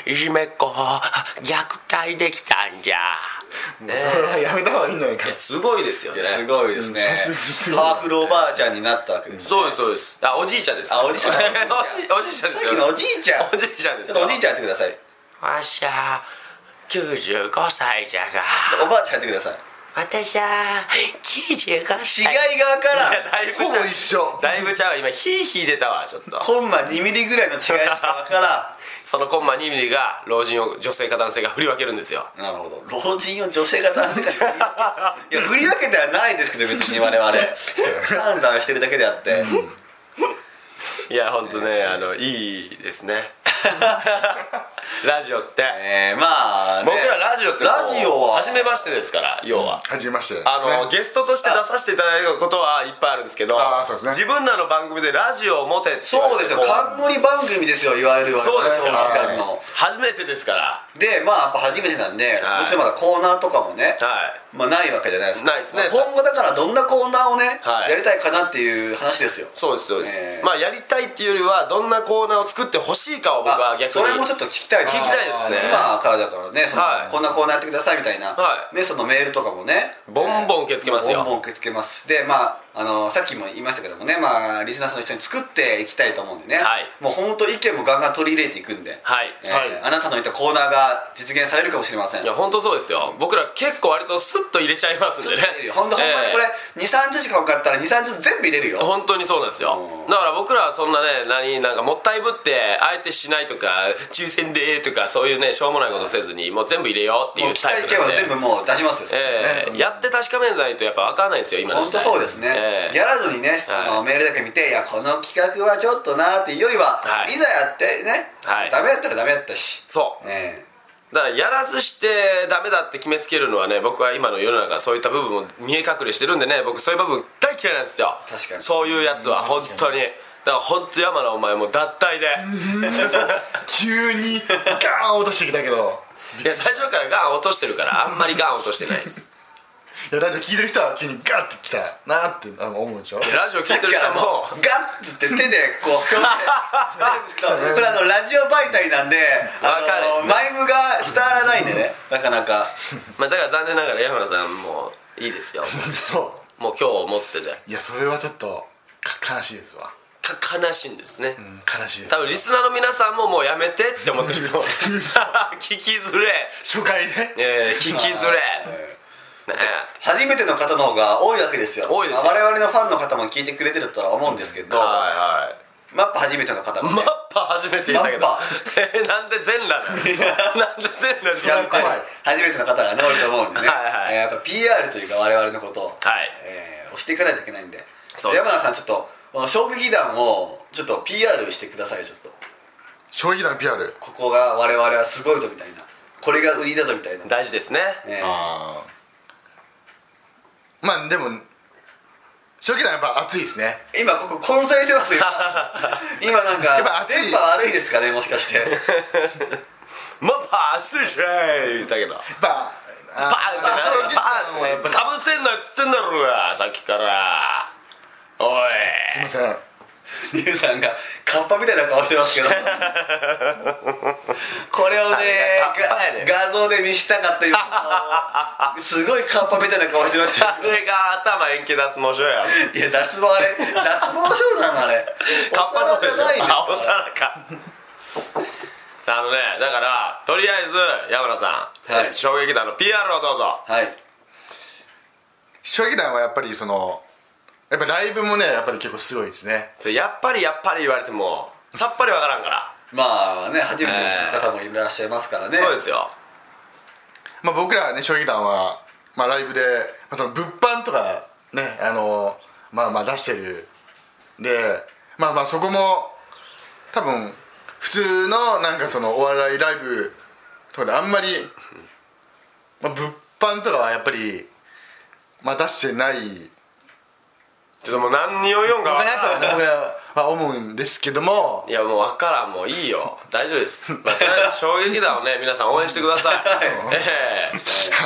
Speaker 4: いじめっ子を虐待できたんじゃ
Speaker 3: あもうそれはやめた方がいいんじゃないか
Speaker 2: いやすごいですよ
Speaker 1: ーい
Speaker 2: ね
Speaker 1: やすごいですね
Speaker 3: さすがにすごい
Speaker 1: パワフルおばあちゃんになったわけです
Speaker 2: そうですそうですあおじいちゃんです
Speaker 1: あおじいちゃん
Speaker 2: おじおじいちゃんで
Speaker 1: さ
Speaker 2: す
Speaker 1: っ
Speaker 2: よ
Speaker 1: きのおじいちゃん
Speaker 2: おじいちゃんです
Speaker 1: ちょっとおじいちゃんやってください
Speaker 4: わっしゃ95歳じゃが
Speaker 1: おばあちゃんやってください
Speaker 4: 私は95歳
Speaker 1: 違い側か
Speaker 2: いや
Speaker 1: ら
Speaker 2: だいぶ
Speaker 3: ほ
Speaker 2: ちゃ
Speaker 3: ぼ一緒
Speaker 2: だいぶちゃう今ヒーヒー出たわちょっと
Speaker 1: コンマ2ミリぐらいの違いしかわか
Speaker 2: そのコンマ2ミリが老人を女性か男性が振り分けるんですよ
Speaker 1: らん なるほど老人を女性が男性かにいや振り分けてはないですけど別に我 々判断してるだけであって
Speaker 2: いや本当ね、あのいいです ねラジオって、
Speaker 1: えー、まあ、ね、
Speaker 2: 僕らラジオって
Speaker 1: ラジオは
Speaker 2: 初めましてですから要は、
Speaker 3: はじめまして
Speaker 2: あの、
Speaker 3: ね
Speaker 2: ゲストとして出させていただいたことはいっぱいあるんですけど
Speaker 3: あーそうですね
Speaker 2: 自分らの番組でラジオを持てって言われ
Speaker 1: そう
Speaker 2: て
Speaker 1: ですよ
Speaker 2: こ
Speaker 1: 冠番組ですよいわゆる
Speaker 2: そうですよ
Speaker 1: 我々の期間の
Speaker 2: 初めてですから
Speaker 1: でまあやっぱ初めてなんで、
Speaker 2: はい
Speaker 1: もちろんまだコーナーとかもね、
Speaker 2: はい
Speaker 1: まあ、ないわけじゃないですか
Speaker 2: ないですね
Speaker 1: まあ今後だからどんなコーナーをね、
Speaker 2: はい
Speaker 1: やりたいかなっていう話ですよ
Speaker 2: そうですそうです、
Speaker 1: えー
Speaker 2: まあやりたいっていうよりはどんなコーナーを作ってほしいかを僕
Speaker 1: あ
Speaker 2: は逆に
Speaker 1: それもちょっと聞きたい
Speaker 2: 聞きたいですね
Speaker 1: 今からだからねその、
Speaker 2: はい
Speaker 1: こんなコーナーやってくださいみたいな、
Speaker 2: はい
Speaker 1: ね、そのメールとかもね
Speaker 2: ボンボン受け付けます
Speaker 1: ボ
Speaker 2: よ
Speaker 1: ンボン受け付けますでまああのさっきも言いましたけどもね、まあ、リスナーさんと一緒に作っていきたいと思うんでね、
Speaker 2: はい
Speaker 1: もう本当意見もガンガン取り入れていくんで、
Speaker 2: はい
Speaker 1: えー
Speaker 3: はい
Speaker 1: あなたの言ったコーナーが実現されるかもしれません
Speaker 2: いや本当そうですよ僕ら結構割とスッと入れちゃいますんでね
Speaker 1: ほんとほんまにこ
Speaker 2: ええ
Speaker 1: れ23字しか分かったら23字全部入れるよ
Speaker 2: 本当にそうなんですよ
Speaker 1: うん
Speaker 2: だから僕らはそんなね何なんかもったいぶってあえてしないとか抽選でとかそういうねしょうもないことせずにもう全部入れようって
Speaker 1: も
Speaker 2: いうう
Speaker 1: 期
Speaker 2: タイ
Speaker 1: 待
Speaker 2: プ
Speaker 1: 系
Speaker 2: なん
Speaker 1: は
Speaker 2: で
Speaker 1: 全部もう出しますよ、そしたらね
Speaker 2: ええやって確かめないとやっぱ分からないですよ今の
Speaker 1: 本
Speaker 2: 時
Speaker 1: 当
Speaker 2: 代
Speaker 1: そうですね、
Speaker 2: ええ
Speaker 1: やらずにね、あ
Speaker 2: は
Speaker 1: のメールだけ見ていやこの企画はちょっとなーっていうよりは、
Speaker 2: はい
Speaker 1: い、ざやってね、
Speaker 2: はい
Speaker 1: ダメやったらダメやったし、
Speaker 2: そう
Speaker 1: え
Speaker 2: だからやらずしてダメだって決めつけるのはね僕は今の世の中そういった部分を見え隠れしてるんでね僕そういう部分大嫌いなんですよ
Speaker 1: 確かに
Speaker 2: そういうやつは本当にだから本当山名お前もう脱退で
Speaker 3: 急にガーン落としてきたけど
Speaker 2: いや最初からガン落としてるからあんまりガン落としてないです
Speaker 3: いやラジオ聞いてる人は急にガーってきたなってあの思うでしょ
Speaker 2: でラジオ
Speaker 1: え
Speaker 2: 聞いてる人
Speaker 1: だから
Speaker 2: も
Speaker 1: うガッつって手で こうこうやってやってるんですけどこれあのラジオ媒体なんであ
Speaker 2: わかる
Speaker 1: のマイムが伝わらないんでねなかなか
Speaker 2: まあだから残念ながら山名さんもういいですよ
Speaker 3: 嘘
Speaker 2: もう今日をもってで
Speaker 3: いやそれはちょっとか悲しいですわ、
Speaker 2: か悲しいんですね、
Speaker 3: うん、悲しいです
Speaker 2: 多分リスナーの皆さんももうやめてって思ってる 人も 聞きづれ
Speaker 3: 初回ね
Speaker 2: ええ聞きづれねえ
Speaker 1: 初めての方の方が多いわけですよ
Speaker 2: 多いですよ
Speaker 1: まあ我々のファンの方も聞いてくれてるとは思うんですけど、
Speaker 2: はいはい
Speaker 1: マッパ初めての方が、ね
Speaker 2: マッパ初めて言ったけど
Speaker 1: マッ
Speaker 2: えなんで全裸なのなんで全裸で
Speaker 1: やっぱり
Speaker 3: 怖い
Speaker 1: 初めての方がね多いと思うんでね
Speaker 2: はいはい
Speaker 1: えーやっぱ PR というか我々のことを、
Speaker 2: はい
Speaker 1: えー押していかないといけないんで
Speaker 2: そうです
Speaker 1: 山田さんちょっとこの衝撃弾をちょっと PR してくださいよちょっと
Speaker 3: 衝撃の PR
Speaker 1: ここが我々はすごいぞみたいなこれが売りだぞみたいな、
Speaker 2: 大事ですね
Speaker 1: えー
Speaker 3: ああまあでも初期はやっぱ熱いですね
Speaker 1: 今ここ混戦して ますよ今なん
Speaker 3: やっぱ
Speaker 1: か
Speaker 3: 熱い
Speaker 1: 電波悪いですかねもしかして
Speaker 2: マッパ熱いじゃい言ったけど
Speaker 3: やっぱあ
Speaker 2: パーン
Speaker 3: あそれを
Speaker 2: パ
Speaker 3: はやっ
Speaker 2: ー
Speaker 3: ぱ
Speaker 2: ンかぶせんなっつってんだろうがさっきからお
Speaker 3: すい
Speaker 2: い
Speaker 3: ません
Speaker 1: リュウさんがカッパみたいな顔してます けどこれをね
Speaker 2: あれがカッパやね
Speaker 1: が画像で見したかった今すごいカッパみたいな顔してましたよ
Speaker 2: あれが頭円形脱毛症や
Speaker 1: いや脱毛あれ脱毛症だなあ れ
Speaker 2: カッパそうでしょ
Speaker 1: お皿じゃない
Speaker 2: あお皿かあのねだからとりあえず山田さん、
Speaker 1: はい
Speaker 2: 衝撃弾の PR をどうぞ
Speaker 1: はい
Speaker 3: 衝撃団はやっぱりそのやっぱライブもねやっぱり結構すごいですね
Speaker 2: それやっぱりやっぱり言われてもさっぱりわからんから、
Speaker 1: まあね初めての方もいらっしゃいますからね、
Speaker 2: そうですよ
Speaker 3: まあ僕らはね衝撃団はまあライブでまあその物販とかねあのまあまあ出してるでまあまあそこも多分普通のなんかそのお笑いライブとかであんまりまあ物販とかはやっぱりまあ出してない
Speaker 2: ちょっともう何を読んか
Speaker 3: か
Speaker 2: わ
Speaker 3: なと
Speaker 2: から
Speaker 3: は
Speaker 2: ん
Speaker 3: ね僕らは思うんですけども
Speaker 2: いやもうわからんもういいよ大丈夫です、まあ、とりあえず衝撃弾をね皆さん応援してください、ええ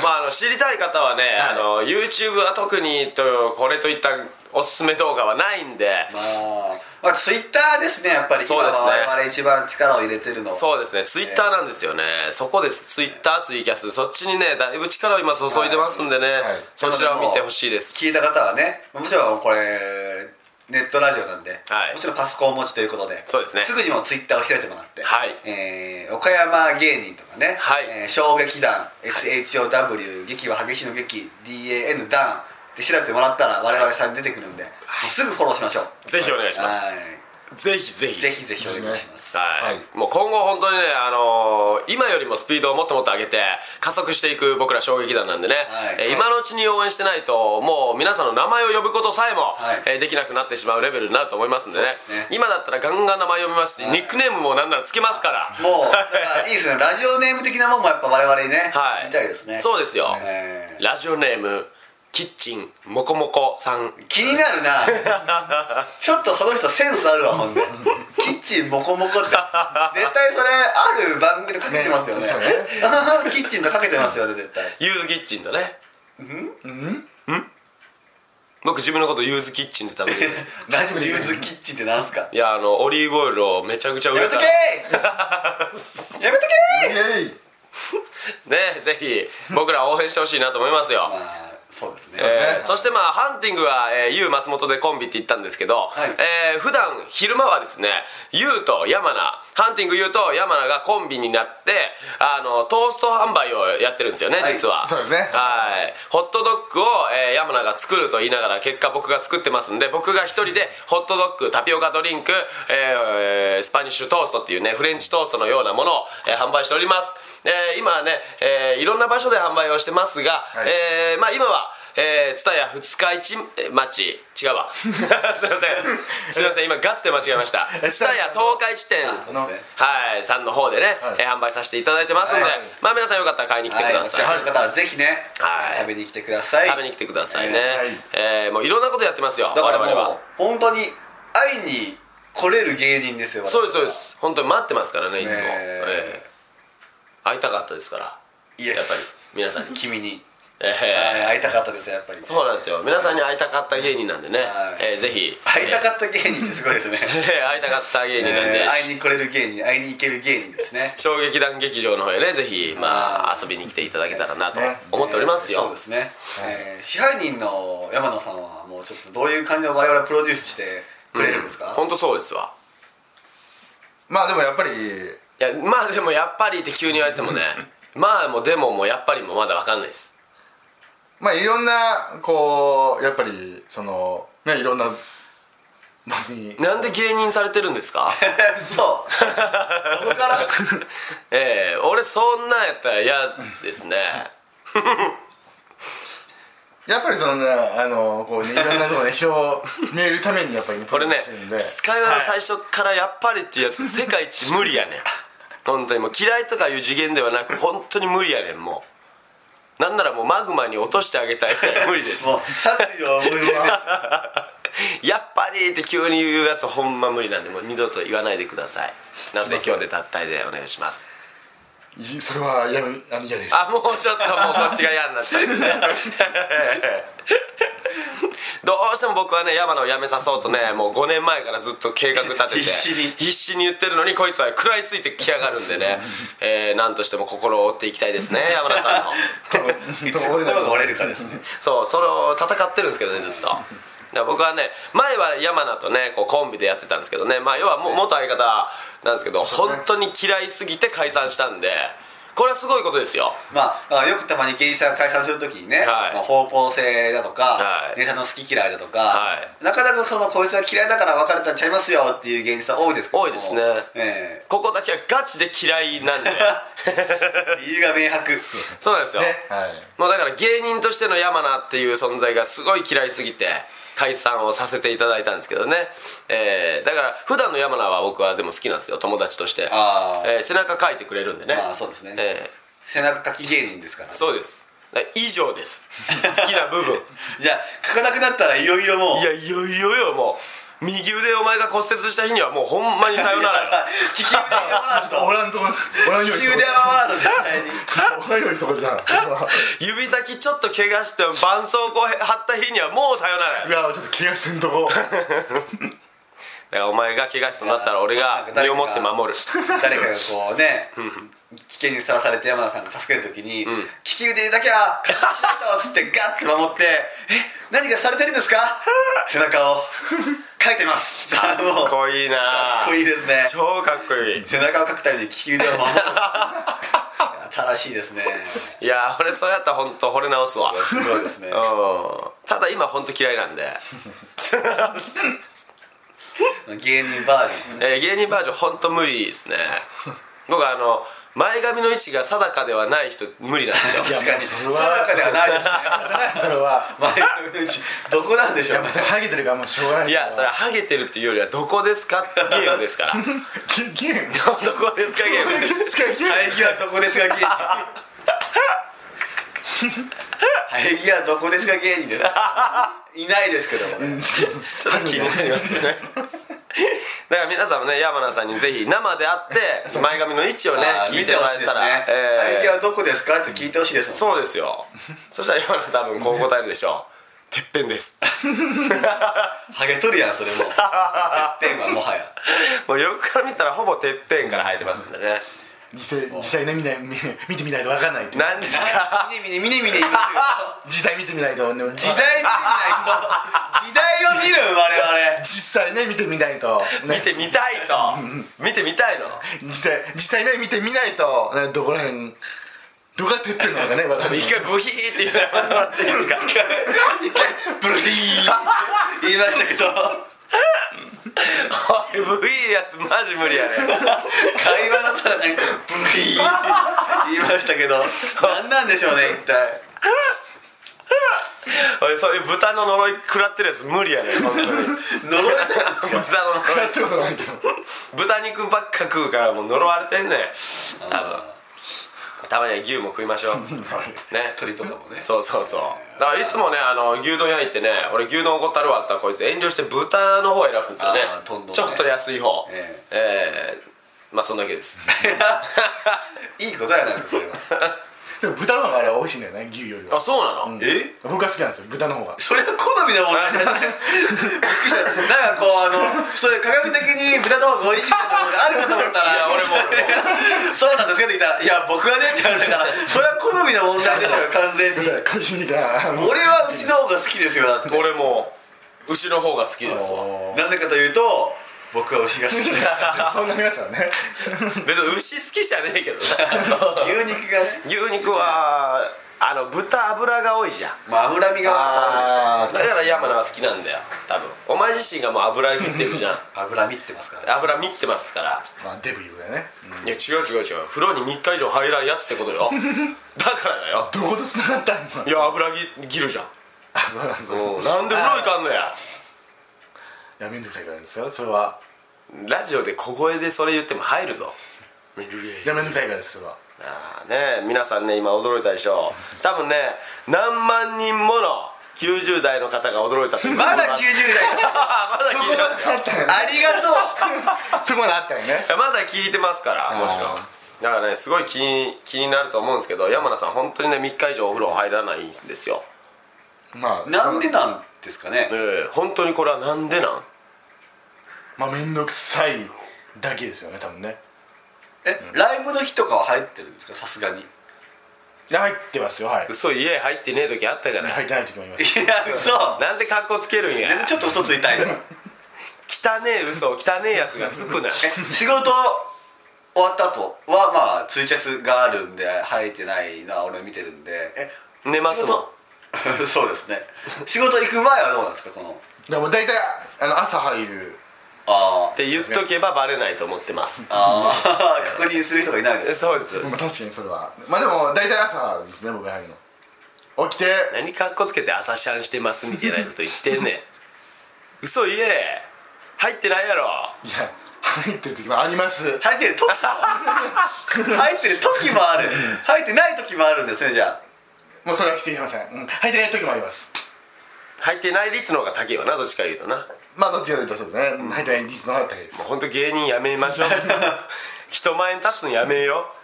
Speaker 2: まああの知りたい方はね、あの YouTube は特にとこれといったおすすめ動画はないんで、
Speaker 1: まあ、まあ、ツイッターですねやっぱり今
Speaker 2: そうですね
Speaker 1: 我々一番力を入れてるのは
Speaker 2: そうですねツイッターなんですよね、そこですツイッターツイキャスそっちにねだいぶ力を今注いでますんでね、
Speaker 3: い
Speaker 2: そちらを見てほしいです
Speaker 1: 聞いた方はねもちろんこれネットラジオなんで、
Speaker 2: はい
Speaker 1: もちろんパソコンを持ちということで
Speaker 2: そうですね
Speaker 1: ぐにもツイッターを開いてもらって、
Speaker 2: はい
Speaker 1: えー岡山芸人とかね、
Speaker 2: はい
Speaker 1: えー衝撃団 SHOW 劇は激しいの劇 DAN 団で調べてもらったら我々さん出てくるんで、もうすぐフォローしましょう
Speaker 2: ぜひお願いします
Speaker 1: はい
Speaker 2: ぜひぜひ
Speaker 1: ぜひぜひお願いします、
Speaker 2: はい、
Speaker 3: は
Speaker 2: もう今後本当にね、あのー今よりもスピードをもっともっと上げて加速していく僕ら衝撃団なんでね、
Speaker 1: はい
Speaker 2: えー
Speaker 1: はい
Speaker 2: 今のうちに応援してないともう皆さんの名前を呼ぶことさえも、
Speaker 1: はい
Speaker 2: えーできなくなってしまうレベルになると思いますんでね
Speaker 1: そうですね
Speaker 2: 今だったらガンガン名前呼びますし、
Speaker 1: はい
Speaker 2: ニックネームもなんならつけますから
Speaker 1: もうだからいいですねラジオネーム的なもんもやっぱ我々にね、
Speaker 2: はい
Speaker 1: 見たいですね
Speaker 2: そうですよ、
Speaker 1: えー
Speaker 2: ラジオネームキッチンもこもこさん
Speaker 1: 気になる なちょっとその人センスあるわほんでキッチンモコモコって絶対それある番組とかけてますよね
Speaker 3: ねそうね
Speaker 1: キッチンとかけてますよね絶対
Speaker 2: ユーズキッチンだねんん僕自分のことユーズキッチンって頼んでるんです
Speaker 1: 何もユーズキッチンってなんすか
Speaker 2: いやあのオリーブオイルをめちゃくちゃ売
Speaker 1: や
Speaker 2: れ
Speaker 1: めと
Speaker 2: た
Speaker 1: けやめとけ
Speaker 3: イエイ
Speaker 2: ねぜひ僕ら応援してほしいなと思いますよ
Speaker 1: まあそうですね、
Speaker 2: えーそしてまあハンティングは、えー、ユウ松本でコンビって言ったんですけど、
Speaker 1: い
Speaker 2: えー普段昼間はですねユウと山名ハンティングユウと山名がコンビになってあのトースト販売をやってるんですよね、
Speaker 1: い
Speaker 2: 実は
Speaker 3: そうですね
Speaker 2: はいホットドッグを、えー山名が作ると言いながら結果僕が作ってますんで僕が一人でホットドッグタピオカドリンク、えースパニッシュトーストっていうねフレンチトーストのようなものを、えー販売しております、えー今はね、えーいろんな場所で販売をしてますが、
Speaker 3: はい
Speaker 2: えーまあ、今はえー、蔦屋二日市えー町違うわすいませんすいません今ガチで間違えました蔦屋東海地店
Speaker 3: の
Speaker 2: はいさんの方でね、
Speaker 3: はい
Speaker 2: えー販売させていただいてますので、
Speaker 1: はい
Speaker 2: まあ皆さんよかったら買いに来てください、
Speaker 1: はい、お近くの方はぜひね、
Speaker 2: はい
Speaker 1: 食べに来てください
Speaker 2: 食べに来てくださいね、
Speaker 3: はい
Speaker 2: えーもういろんなことやってますよ我
Speaker 1: だから
Speaker 2: 々
Speaker 1: もう
Speaker 2: は
Speaker 1: 本当に会いに来れる芸人ですよ
Speaker 2: そうですそうです本当に待ってますからねいつも、
Speaker 1: ね
Speaker 2: えー会いたかったですから
Speaker 1: イエ
Speaker 2: やっぱり
Speaker 1: ス
Speaker 2: 皆さんに、
Speaker 1: 君に、
Speaker 2: えー
Speaker 1: はい会いたかったですよやっぱり
Speaker 2: そうなんですよ皆さんに会いたかった芸人なんでね、
Speaker 1: はい
Speaker 2: えーぜひ
Speaker 1: 会いたかった芸人ってすごいです ね
Speaker 2: えー会いたかった芸人なんで、
Speaker 1: えー会いに来れる芸人会いに行ける芸人ですね
Speaker 2: 小劇団劇場の方へねぜひまあ遊びに来ていただけたらなと
Speaker 3: ね
Speaker 2: 思っております
Speaker 1: そう
Speaker 2: よ
Speaker 1: ですね、えー支配人の山野さんはもうちょっとどういう感じで我々プロデュースしてくれるんですか、
Speaker 2: 本当そうですわ
Speaker 3: まあでもやっぱり
Speaker 2: いやまあでもやっぱりって急に言われて もねまあもうでももうやっぱりもまだわかんないです
Speaker 3: まあいろんなこうやっぱりそのねいろんな場所に
Speaker 2: なんで芸人されてるんですか
Speaker 1: そうそこから
Speaker 2: ええ俺そんなんやったら嫌ですね
Speaker 3: やっぱりそのねあのこうねいろんなとこね人を見えるためにやっぱりね
Speaker 2: これね
Speaker 3: プロデュースしてるんで
Speaker 2: 会話の最初からやっぱりっていうやつ世界一無理やねん本当にもう嫌いとかいう次元ではなく本当に無理やねんもうなんならもうマグマに落としてあげたいぐらい無理です
Speaker 1: もう殺意を思い浮か
Speaker 2: やっぱりって急に言うやつほんま無理なんでもう二度と言わないでくださいなんで今日で脱退でお願いします
Speaker 3: いそれは嫌みあの嫌です
Speaker 2: あもうちょっともうこっちが嫌になったんでねどうしても僕はね山野を辞めさそうとねもう5年前からずっと計画立てて
Speaker 1: 必死に
Speaker 2: 必死に言ってるのにこいつは食らいついてきやがるんでね、えー、なんとしても心を折っていきたい ですね山田さんの
Speaker 1: べるいつ心が折れるかですね
Speaker 2: そうそれを戦ってるんですけどねずっとだから僕はね前は山名とねこうコンビでやってたんですけどねまあ要はもう元相方なんですけど本当に嫌いすぎて解散したんでこれはすごいことですよ
Speaker 1: まあ、だからよくたまに芸人さんが解散するときにね、
Speaker 2: はい
Speaker 1: まあ、方向性だとか、
Speaker 2: はい
Speaker 1: ネタの好き嫌いだとか、
Speaker 2: は
Speaker 1: なかなかそのこいつが嫌いだから別れたんちゃいますよっていう芸人さん多いですけども
Speaker 2: 多いですね
Speaker 1: え
Speaker 2: ここだけはガチで嫌いなん で
Speaker 1: え理由が明白
Speaker 2: そうなんですよ、
Speaker 3: ねはい
Speaker 2: もうだから芸人としての山名っていう存在がすごい嫌いすぎて解散をさせていただいたんですけどね、えーだから普段の山名は僕はでも好きなんですよ友達として、
Speaker 1: あー
Speaker 2: えー背中書いてくれるんでね
Speaker 1: まあそうですね
Speaker 2: えー
Speaker 1: 背中書き芸人ですから
Speaker 2: そうですだから以上です好きな部分
Speaker 1: じゃあ書かなくなったらいよいよもう
Speaker 2: いやいよいよよもう右腕お前が骨折した日にはもうほんまにさよならよ
Speaker 1: 利き腕は
Speaker 3: ちょっとおらんとこおらんよう
Speaker 1: 利
Speaker 3: に
Speaker 1: き
Speaker 3: しとこ
Speaker 1: 腕はまだ絶対に
Speaker 3: おらんようにしとこじゃんそれは
Speaker 2: 指先ちょっと怪我して絆創膏貼った日にはもうさよならよ
Speaker 3: いやちょっと気がせんと こ
Speaker 2: だからお前が怪我しそうになったら俺が身をもって守る
Speaker 1: 誰かがこうね危険にさらされて山田さんが助けるときに、利き腕だけは「っつってガッて守って「え何がされてるんですか?」背中を「書いてます」かっ
Speaker 2: かっ こいいな
Speaker 1: こいいですね
Speaker 2: 超かっこいい
Speaker 1: 背中を書くために利き腕を 守るいや正しいですね
Speaker 2: いやー俺それやったら本当惚れ直すわ
Speaker 1: すごいですね
Speaker 2: うんただ今本当嫌いなんで、
Speaker 1: 芸人バージョン
Speaker 2: えー芸人バージョン本当無理ですね僕あの前髪の位置が定かではない人無理なんですよ
Speaker 3: いや
Speaker 1: 確かに
Speaker 3: そ
Speaker 1: 定
Speaker 3: れは
Speaker 1: かではないです
Speaker 3: それは
Speaker 1: 前髪のうちどこなんでし
Speaker 3: い
Speaker 1: ょ
Speaker 3: や
Speaker 1: う
Speaker 3: まあそれハゲてるからもうしょうがない
Speaker 2: いやそれはハゲてるっていうよりはどこですかってゲームですからど
Speaker 3: きゲーム
Speaker 2: こですかゲーム
Speaker 1: 生え際どこですが芸人生え際どこですが芸人ですいないですけどもね
Speaker 2: ちょっと気になりますよねだから皆さんもね山名さんにぜひ生で会って前髪の位置をね
Speaker 1: あー
Speaker 2: 聞いてもらえたら、
Speaker 1: 見てほしいですね
Speaker 2: え
Speaker 1: 生
Speaker 2: ー
Speaker 1: え際どこですかって聞いてほしいですもん
Speaker 2: そうですよそしたら山名多分こう答えるでしょうてっぺんです
Speaker 1: ハゲとるやんそれ もてっぺんはもはや
Speaker 2: もう横から見たらほぼてっぺんから生えてますんでね
Speaker 3: 実際実際ね見ない見見てみないと分かんないって
Speaker 2: 何ですか
Speaker 1: みねみねみねみね言いますよ
Speaker 3: 実際見てみないと、ね、
Speaker 1: 時代見てみないと時代を見る我々
Speaker 3: 実際ね見てみないと、ね
Speaker 2: 見、てみたいと見てみたいの
Speaker 3: 実際実際ね見てみないと、ね、どこら辺どこがてってんのかね分かんない
Speaker 2: 一回ブヒーって言うのやめてもらっていいですか
Speaker 1: ブルディー言いましたけど
Speaker 2: おいブヒーやつマジ無理やね
Speaker 1: 会話のさなんかブルディー言いましたけど 何なんでしょうね一体
Speaker 2: おいそういう豚の呪い食らってるやつ無理やね本 当に
Speaker 1: 呪い
Speaker 2: 豚の
Speaker 3: 食
Speaker 2: 呪
Speaker 3: ら
Speaker 2: い
Speaker 3: ってことないけど
Speaker 2: 豚肉ばっか食うからもう呪われてんねん多分たまには牛も食いま しょうね
Speaker 1: 鳥とかもね
Speaker 2: そうそうそうだからいつもねあの牛丼屋行ってね俺牛丼おごったるわっつったらこいつ遠慮して豚の方選ぶんですよね
Speaker 1: あートンボね
Speaker 2: ちょっと安い方
Speaker 1: え
Speaker 2: えーまあそんだけです
Speaker 1: いいことやないですかそれは
Speaker 3: でも豚の方があれは美味しいんだよね牛より
Speaker 2: あ
Speaker 3: は
Speaker 2: そうなの
Speaker 1: え
Speaker 3: 僕は好きなんですよ豚の方が
Speaker 1: それは好みの問題じゃないびっくりしたなんかこうあのそれ科学的に豚の方が美味しいってことがあるかと思ったら
Speaker 2: いや俺も俺
Speaker 1: そうなんですけど言ったら「いや僕はね」って言われたからそれは好みの問題でしょうよ完全 に
Speaker 3: 個人的なあの
Speaker 1: 俺は牛の方が好きですよだって
Speaker 2: も俺も牛の方が好きですわ
Speaker 1: なぜかというと僕は牛が好きだ
Speaker 3: そんな皆さんね
Speaker 2: 別に牛好きじゃねえけどな
Speaker 1: 牛肉がね、
Speaker 2: 牛肉はあの豚脂が多いじゃん
Speaker 1: まあ、脂身が
Speaker 3: あ
Speaker 2: だから山名は好きなんだよ多分お前自身がもう油切ってるじゃん
Speaker 1: 脂身ってますからね
Speaker 2: 油見ってますから
Speaker 3: ー まあデブいうだよね
Speaker 2: いや違う違う違う風呂に3日以上入らんやつってこと よだからだよ
Speaker 3: どことつながったんの
Speaker 2: いや油ぎ切るじゃん
Speaker 3: あそうなんですよ
Speaker 2: うんなんで風呂行かんのや
Speaker 3: いやめんどくさいからですよそれは
Speaker 2: ラジオで小声でそれ言っても入るぞ見る
Speaker 3: いやめんどくさいからですそれは
Speaker 2: ああね皆さんね今驚いたでしょう多分ね何万人もの90代の方が驚いたと思い
Speaker 1: ま
Speaker 2: す
Speaker 1: だ90代
Speaker 2: まだ聞いてますよ
Speaker 1: ありがとう
Speaker 3: そこまであったよね
Speaker 2: まだ聞いてますからもちろんだからねすごい気に気になると思うんですけど山名さん本当にね3日以上お風呂入らないんですよ
Speaker 3: まあ
Speaker 1: なんでなんですかね
Speaker 2: ええ本当にこれはなんでなん
Speaker 3: まあ面倒くさいだけですよね多分ね
Speaker 1: えライブの日とかは入ってるんですかさすがにい
Speaker 3: いや入ってますよはい
Speaker 2: 嘘家入ってねえ時あったから
Speaker 3: 入ってない時もあります
Speaker 1: や嘘
Speaker 2: なんで格好つけるん
Speaker 1: でも
Speaker 2: や
Speaker 1: ちょっと嘘ついたい な
Speaker 2: 汚ねえ嘘汚ねえやつがつくな
Speaker 1: え仕事終わった後はまあツイキャスがあるんで入ってないな俺見てるんでえ
Speaker 2: 寝ますもん
Speaker 1: 仕事 そうですね仕事行く前はどうなんですかこの
Speaker 3: でも大体あの朝入る
Speaker 1: あ
Speaker 2: って言っとけばバレないと思ってます
Speaker 1: あああ確認する人がいないです
Speaker 2: そうです
Speaker 3: まあ確かにそれはまあでも大体朝ですね僕が入るの起きて
Speaker 2: 何格好つけて朝シャンしてますみたいなこと言ってんねん嘘言え入ってないやろ
Speaker 3: いや入ってる時もあります
Speaker 1: 入ってる 時入ってる時もある入ってない時もあるんですねじゃあ
Speaker 3: もうそれは否定しません、うん、入ってない時もあります
Speaker 2: 入ってない率の方が高いわなどっちか言うとな
Speaker 3: まあどっちかというとそうですね、うん入ってない率の方が高いです
Speaker 2: 本当芸人やめ ましょう人前に立つのやめよう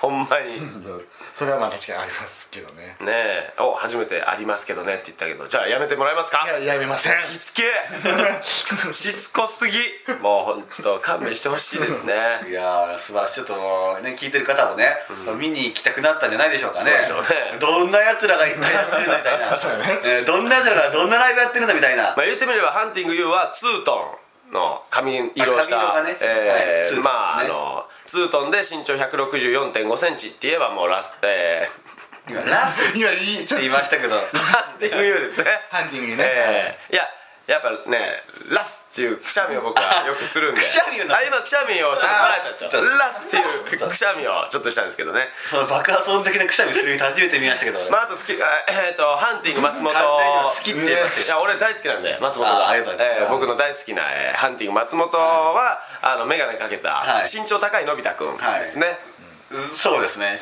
Speaker 2: ほんまに
Speaker 3: うんそれはまあ確かにありますけどね
Speaker 2: ねえお初めてありますけどねって言ったけどじゃあやめてもらえますか
Speaker 3: いややめません
Speaker 2: しつ けえしつこすぎもう本当勘弁してほしいですね
Speaker 1: いやー素晴らしいちょっともうね聞いてる方もね、見に行きたくなったんじゃないでしょうかね
Speaker 2: そうでしょうね
Speaker 1: どんなやつらが一体やってるんだみたいな
Speaker 3: うね
Speaker 1: えーどんなやつらがどんなライブやってるんだみたいな
Speaker 2: まあ言ってみればハンティング U はツートンの髪色をし
Speaker 1: あ髪色
Speaker 2: た、
Speaker 1: がねはい
Speaker 2: え
Speaker 1: ツートンです
Speaker 2: ー
Speaker 1: ね
Speaker 2: まああのツートンで身長1 6 4 5センチって言えばもうラスえ
Speaker 1: 今ラスって
Speaker 3: 今いいちょっと
Speaker 1: 言いましたけど
Speaker 2: ー、ハンティング U ですね
Speaker 3: ハンティングにね、
Speaker 2: えーいややっぱねラスっていうくしゃみを僕はよくするんで
Speaker 1: くしゃみをな
Speaker 2: あ今くしゃみをちょっと捉えたんですよ
Speaker 1: あー
Speaker 2: ラスっていうくしゃみをちょっとしたんですけどね
Speaker 1: その爆発音的なくしゃみする人初めて見ましたけど、
Speaker 2: まああと好きあえー、とハンティング松本
Speaker 1: 完全に好きって言いま
Speaker 2: い
Speaker 1: したよ
Speaker 2: や俺大好きなんで松本
Speaker 1: あ
Speaker 2: が
Speaker 1: ありがとうございます
Speaker 2: えー僕の大好きな、えーハンティング松本は、あの眼鏡かけた、
Speaker 1: はい
Speaker 2: 身長高いのび太くんですね、
Speaker 1: そうです ね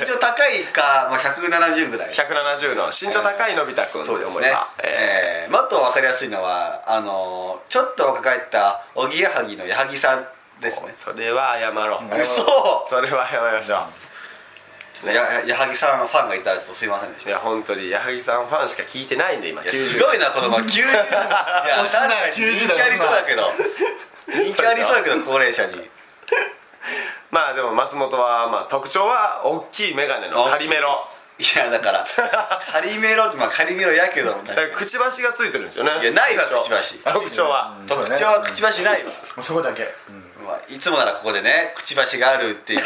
Speaker 1: 身長高いか、まあ、170ぐらい
Speaker 2: 170の身長高いのび太くん
Speaker 1: そう
Speaker 2: と
Speaker 1: です
Speaker 2: 思
Speaker 1: ね
Speaker 2: えば、え
Speaker 1: えーもっと分かりやすいのはあのーちょっと若返ったおぎやはぎの矢作さんですね
Speaker 2: ーそれは謝ろう、
Speaker 1: 嘘
Speaker 2: それは謝りましょう、ね
Speaker 1: や矢作さんのファンがいたらちょっとすいませんでし
Speaker 2: い
Speaker 1: た
Speaker 2: や本当に矢作さんファンしか聞いてないんで今
Speaker 1: いや
Speaker 2: 90
Speaker 1: すごいなこのま90いや
Speaker 3: 押す
Speaker 1: 確
Speaker 3: な
Speaker 1: かに人
Speaker 3: 90
Speaker 1: 気ありそうだけど人気ありそうだけど高齢者に
Speaker 2: まあでも松本は、まあ、特徴は大きい眼鏡の仮メロ
Speaker 1: いやだから仮メロまあ仮メロやけども
Speaker 2: だからくちばしがついてるんですよね
Speaker 1: いやないわ
Speaker 2: 特徴
Speaker 1: くちばし
Speaker 2: 特徴は
Speaker 3: うん
Speaker 1: 特徴はくちばしないわ
Speaker 3: もうそこだけ、
Speaker 1: まあいつもならここでねくちばしがあるっていうや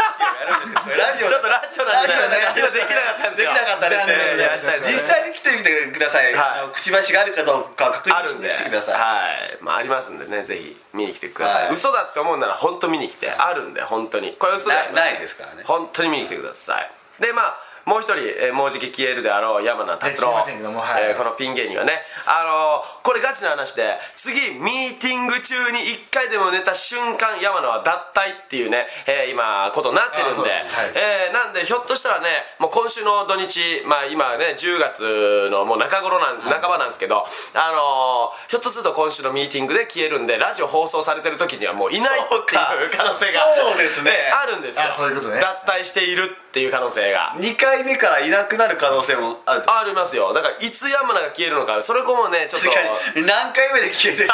Speaker 1: るんですけどラジオ
Speaker 2: ちょっとラジオなんでね今できなかったんです
Speaker 1: でき
Speaker 2: よ
Speaker 1: なかったですね
Speaker 3: 残念
Speaker 2: やりたいですね
Speaker 1: 実際に来てみてください、
Speaker 2: はい
Speaker 1: あのくちばしがあるかどうか確
Speaker 2: あ
Speaker 1: 認し
Speaker 2: るん
Speaker 1: て
Speaker 2: で
Speaker 1: みてください、
Speaker 2: はい、まあ、ありますんでねぜひ見に来てください、
Speaker 1: はい
Speaker 2: 嘘だって思うなら本当見に来てあるんで本当にこれ嘘ではありません
Speaker 1: なないですからね
Speaker 2: 本当に見に来てくださいでまあもう一人、えーもうじき消えるであろう山名達郎
Speaker 3: えすいませんけどもはい
Speaker 2: えーこのピン芸人はねあのーこれガチな話で次ミーティング中に1回でも寝た瞬間山名は脱退っていうね、えー今ことになってるんで
Speaker 3: あそうですはい
Speaker 2: えーなんでひょっとしたらねもう今週の土日まあ今ね10月のもう中頃なん半ばなんですけど、あのーひょっとすると今週のミーティングで消えるんでラジオ放送されてる時にはもういないっていう可能性が
Speaker 1: そうですね
Speaker 2: えーあるんですよ
Speaker 3: あそういうことね
Speaker 2: 脱退しているっていう可能性が
Speaker 1: 2回目からいなくなる可能性もあると
Speaker 2: ありますよだからいつ山名が消えるのかそれこもねちょっと
Speaker 1: 確かに何回目で消えてる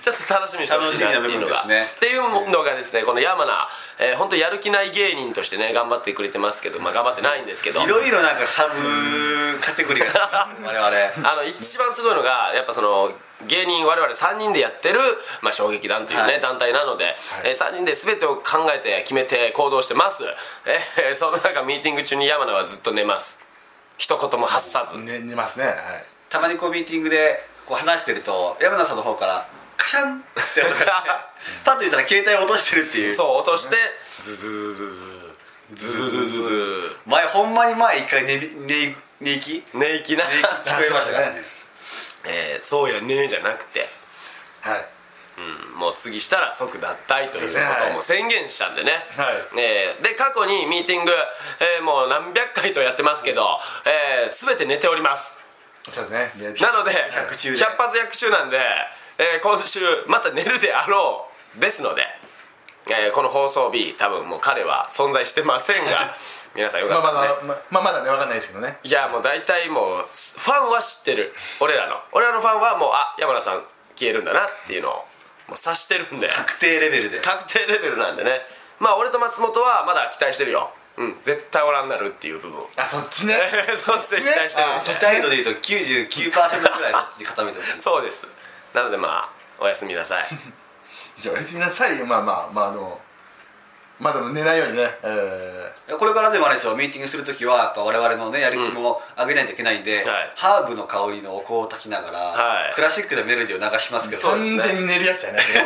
Speaker 2: ちょっと楽しみにしてほしいなっていうの
Speaker 1: 楽
Speaker 2: が
Speaker 1: しみな部分ですね
Speaker 2: っていうのがですねこの山名、えー、本当やる気ない芸人としてね頑張ってくれてますけどまあ頑張ってないんですけど
Speaker 1: いろいろなんかサブカテゴリーがつい てる我々
Speaker 2: あの一番すごいのがやっぱその芸人我々3人でやってる、まあ、衝撃団というね、
Speaker 1: はい
Speaker 2: 団体なので、えー3人で全てを考えて決めて行動してます、えーその中ミーティング中に山名はずっと寝ます一言も発さず、
Speaker 3: ね、寝ますねはい
Speaker 1: たまにこうミーティングでこう話してると山名さんの方からカシャンって音がし てパッと見たら携帯を落としてるっていう
Speaker 2: そう落としてズズズズズズズズズズ
Speaker 1: 前ほんまに前一回寝び寝寝息寝息聞こ
Speaker 2: 寝息な、
Speaker 1: えましたからね
Speaker 2: えーそうやねじゃなくて
Speaker 3: はい
Speaker 2: もう次したら即脱退ということをもう宣言したんでね、
Speaker 3: はい
Speaker 2: えーで過去にミーティング、えーもう何百回とやってますけど、えー全て寝ております
Speaker 3: そうですね
Speaker 2: なので
Speaker 1: 百中で
Speaker 2: 百発百中なんで、えー今週また寝るであろうですので、えーこの放送日多分もう彼は存在してません が皆さんよ
Speaker 3: ま
Speaker 2: か
Speaker 3: あ
Speaker 2: った
Speaker 3: ま
Speaker 2: らね、
Speaker 3: だ、ままあまだねわかんないですけどね
Speaker 2: いやもう大体もうすファンは知ってる俺らの俺らのファンはもうあ山田さん消えるんだなっていうのをもう察してるんで
Speaker 1: 確定レベルで
Speaker 2: 確定レベルなんでねまあ俺と松本はまだ期待してるようん絶対オラになるっていう 部分
Speaker 3: あそっちね
Speaker 2: そして期待してるん
Speaker 3: あ
Speaker 2: で
Speaker 3: そっち
Speaker 1: 態度
Speaker 3: ね
Speaker 1: でいうと99%ぐらいそっちに固めてます
Speaker 2: そうですなのでまあおやすみなさい
Speaker 3: じゃあおやすみなさいよまあまあまああのまあでも寝ないようにねえー
Speaker 1: これからでもあれですよミーティングする時はやっぱ我々のねやる気も上げないといけないんで、
Speaker 2: はい
Speaker 1: ハーブの香りのお香を炊きながら、
Speaker 2: はい
Speaker 1: クラシックでメロディーを流しますけど
Speaker 2: そうですね
Speaker 3: 完全に寝るやつやね
Speaker 2: いや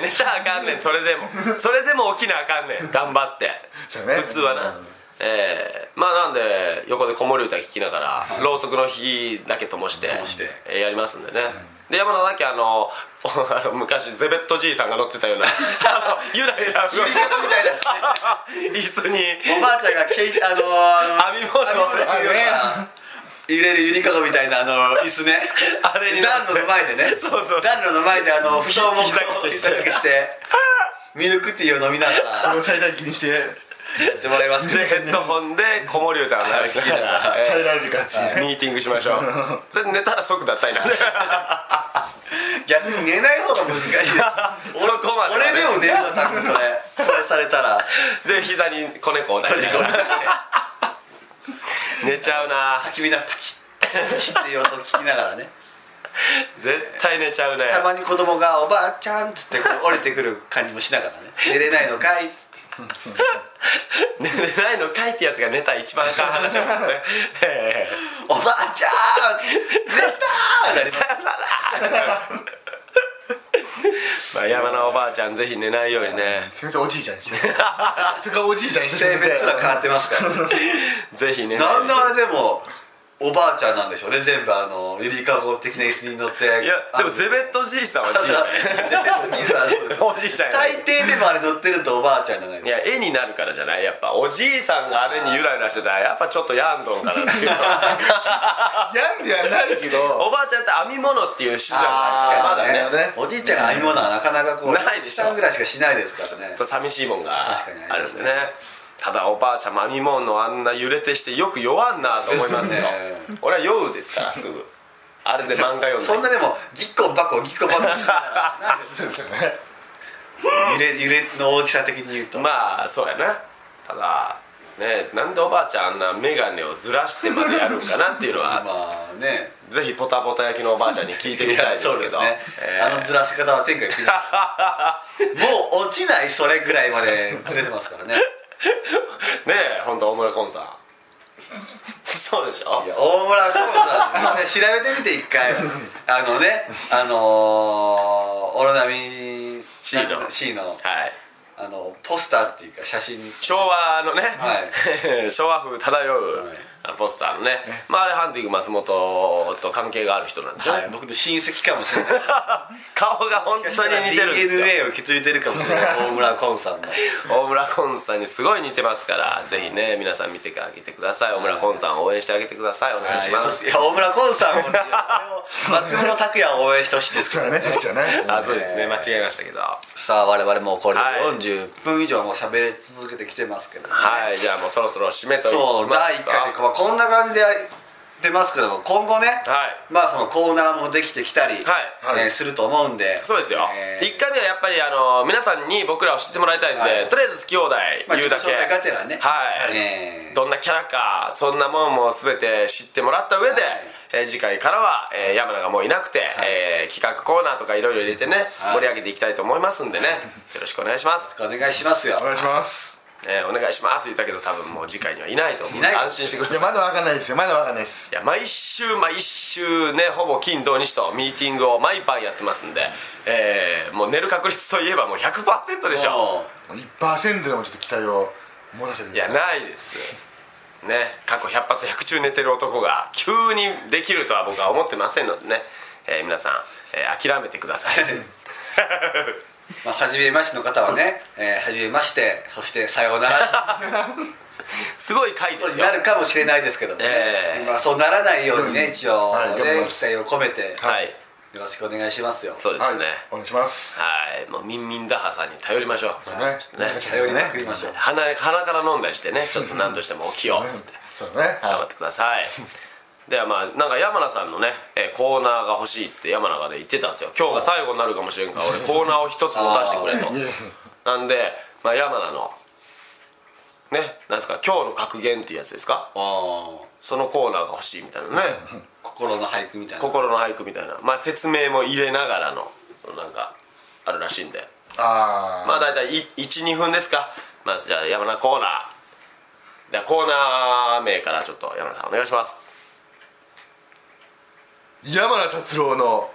Speaker 2: 寝たらあかんねんそれでもそれでも起きなあかんねん頑張って
Speaker 3: そうね
Speaker 2: 普通はな
Speaker 3: うん
Speaker 2: えーまあなんで横で子守歌聴きながらろうそくの火だけ灯して
Speaker 1: 灯して
Speaker 2: えーやりますんでねで山田だけあの あの昔ゼベットじいさんが乗って たようなあのゆらゆら動いて
Speaker 1: みたいな
Speaker 2: 椅子に
Speaker 1: おばあちゃんがけいあのー、
Speaker 2: 網物を
Speaker 1: 網でするような揺れるゆりかごみたいなあの椅子ね
Speaker 2: あれになっ
Speaker 1: 暖
Speaker 2: て
Speaker 1: 炉の前でね
Speaker 2: そうそう
Speaker 1: 暖炉の前であの布団も
Speaker 2: 膝掛けして
Speaker 1: 膝掛けしてミルクティーを飲みなが
Speaker 3: そ
Speaker 1: ら
Speaker 3: れを最大気にして
Speaker 1: やってもらいますけど
Speaker 2: でヘッドホンで子守歌を流し ながら、
Speaker 3: 耐え
Speaker 2: え
Speaker 3: られる感じ
Speaker 2: ーミーティングしましょうそれで寝たら即脱退なんで
Speaker 1: 逆に寝ない方が難しい
Speaker 2: そこまではね
Speaker 1: 俺でも寝るの多分それそれされたら
Speaker 2: で膝に子猫を抱いて寝ちゃうな
Speaker 1: 焚き火のパチッパチッっていう音を聞きながらね
Speaker 2: 絶対寝ちゃうね
Speaker 1: たまに子供が「おばあちゃん」っつってこう折れてくる感じもしながらね「寝れないのかい」っつって
Speaker 2: 寝れないのかいってやつが寝た一番あかん話だもんねえ
Speaker 1: 「おばあちゃん寝た!」ってな
Speaker 2: ー
Speaker 1: ります
Speaker 2: さよならまあ山のおばあちゃんぜひ寝ないようにね
Speaker 3: せめておじいちゃんにして そこはおじいちゃんにして
Speaker 1: 性別すら変わってますから
Speaker 2: ぜひ寝ないよう
Speaker 1: なん
Speaker 2: に
Speaker 1: であれでもおばあちゃんなんでしょうね全部あのゆりかご的な椅子に乗って
Speaker 2: いやでもゼベットじいさんはじいさん
Speaker 1: お
Speaker 2: おじいちゃんや
Speaker 1: 大
Speaker 2: ね
Speaker 1: 抵でもあれ乗ってるとおばあちゃんじゃない
Speaker 2: い
Speaker 1: です
Speaker 2: や絵になるからじゃないやっぱおじいさんがあれにゆらゆらしてたらやっぱちょっとやんどんかな っていう
Speaker 3: やんではないけど
Speaker 2: おばあちゃんって編み物っていう種じ
Speaker 1: か
Speaker 2: ゃな
Speaker 3: あ
Speaker 2: いですかまだね
Speaker 3: なるほどね
Speaker 1: おじいちゃんが編み物はなかなかこう
Speaker 2: な
Speaker 1: お
Speaker 2: いでしょ
Speaker 1: じさんぐらいしかしないですからね
Speaker 2: ちょっと寂しいもんが
Speaker 1: 確かに
Speaker 2: あ
Speaker 1: あり
Speaker 2: る
Speaker 1: ま
Speaker 2: ん
Speaker 1: す
Speaker 2: で
Speaker 1: ね
Speaker 2: ねただおばあちゃんも編み物のあんな揺れてしてよく酔わんなと思 いますよ
Speaker 1: ですね
Speaker 2: 俺は酔うですからすぐあれで漫画読んで
Speaker 1: そんなでもぎっこばこぎっこばこ
Speaker 3: そうですね
Speaker 1: 揺れ揺れの大きさ的に言うと、
Speaker 2: まあそうやなただねなんでおばあちゃんあんな眼鏡をずらしてまでやるんかなっていう のは
Speaker 1: まあね
Speaker 2: ぜひポタポタ焼きのおばあちゃんに聞いてみたいですけど
Speaker 1: そうですね、
Speaker 2: えー
Speaker 1: あのずらし方は天下一品 もう落ちないそれぐらいまでずれてますからね
Speaker 2: ねえ本当大村コンさん そうでしょ
Speaker 1: いや大村そうさん、まあね、調べてみて一回あのねあのー、オロナミ
Speaker 2: C の
Speaker 1: C の
Speaker 2: はい
Speaker 1: あのポスターっていうか写真
Speaker 2: 昭和のね、
Speaker 1: は
Speaker 2: 昭和風漂う
Speaker 1: はい
Speaker 2: あのポスターのね、まあ、あれハンティング松本と関係がある人なんですよね、
Speaker 1: はい僕の親戚かも しれない
Speaker 2: 顔が本当に似てるんですよ
Speaker 1: DNA を受け継いでるかもしれない大村コンさんの
Speaker 2: 大村コンさんにすごい似てますからぜひね皆さん見てあげてください大村コンさんを応援してあげてくださいお願いします
Speaker 1: いや大村コンさんも ね松村拓也を応援してほしいです
Speaker 3: そうやねそうやね
Speaker 2: あそうですね間違えましたけどは
Speaker 1: さあ我々もうこれ
Speaker 2: はい
Speaker 1: 40分以上もう喋り続けてきてますけどね、
Speaker 2: いじゃあもうそろそろ締めといき
Speaker 1: そう
Speaker 2: ま
Speaker 1: 第
Speaker 2: す
Speaker 1: 1回で
Speaker 2: か
Speaker 1: こうこんな感じでやってますけども今後ね、
Speaker 2: はい
Speaker 1: まあそのコーナーもできてきたり、
Speaker 2: はい
Speaker 1: えーすると思うんで
Speaker 2: そうですよ、
Speaker 1: えー
Speaker 2: 一1回目はやっぱりあの皆さんに僕らを知ってもらいたいんで、
Speaker 1: はい
Speaker 2: とりあえず好き放題
Speaker 1: まあ
Speaker 2: 言うだ
Speaker 1: 自己
Speaker 2: け、
Speaker 1: 紹介がてらね
Speaker 2: はい、
Speaker 1: えー
Speaker 2: どんなキャラかそんなものも全て知ってもらった上で、えー次回からは、えー山名がもういなくて、えー企画コーナーとかいろいろ入れてね、
Speaker 1: はい
Speaker 2: 盛り上げていきたいと思いますんでねよろしくお願いします、
Speaker 1: お願いしますよ
Speaker 3: お願いします
Speaker 2: えーお願いします言ったけど多分もう次回にはいないと思う
Speaker 1: い
Speaker 2: んで
Speaker 1: ない
Speaker 2: 安心してくだ
Speaker 3: いや
Speaker 2: さい
Speaker 3: まだわかんないですよまだわかんないです
Speaker 2: いや毎週毎週ねほぼ金土日とミーティングを毎晩やってますんで、えーもう寝る確率といえばもう100%でしょ
Speaker 1: も
Speaker 3: 1%でもちょっと期待を漏らして
Speaker 2: いやないですね過去100発100中寝てる男が急にできるとは僕は思ってませんのでね、えー皆さん、えー諦めてください
Speaker 1: うまあ初めましての方はね、えー初めましてそしてさようなら
Speaker 2: すごい回で
Speaker 1: と
Speaker 2: すよ
Speaker 1: なるかもしれないですけどもね、
Speaker 2: えー
Speaker 1: まあそうならないようにね一応
Speaker 3: はい頑張り
Speaker 1: ね
Speaker 3: ま
Speaker 1: 期
Speaker 3: す
Speaker 1: 待を込めて
Speaker 2: はい
Speaker 1: よろしくお願いしますよ
Speaker 2: そうですね
Speaker 3: お願いします
Speaker 2: はいもうミンミンダハさんに頼りましょう
Speaker 3: ね
Speaker 1: 頼りまくりましょう
Speaker 2: 鼻鼻から飲んだりしてねちょっと何としても起きようっつって
Speaker 3: そうだね
Speaker 2: 頑張ってくださいではまあなんか山名さんのね、えーコーナーが欲しいって山名がね言ってたんですよ今日が最後になるかもしれんから俺コーナーを一つも出してくれとなんで、まあ、山名のねなんですか今日の格言っていうやつですか
Speaker 1: あー
Speaker 2: そのコーナーが欲しいみたいなね
Speaker 1: 心の俳句みたいな
Speaker 2: 心の俳句みたいな、まあ、説明も入れながらのそのなんかあるらしいんで
Speaker 3: あ
Speaker 2: まあ大体12分ですかまあじゃあ山名コーナーじゃあコーナー名からちょっと山名さんお願いします
Speaker 3: ー山名達郎の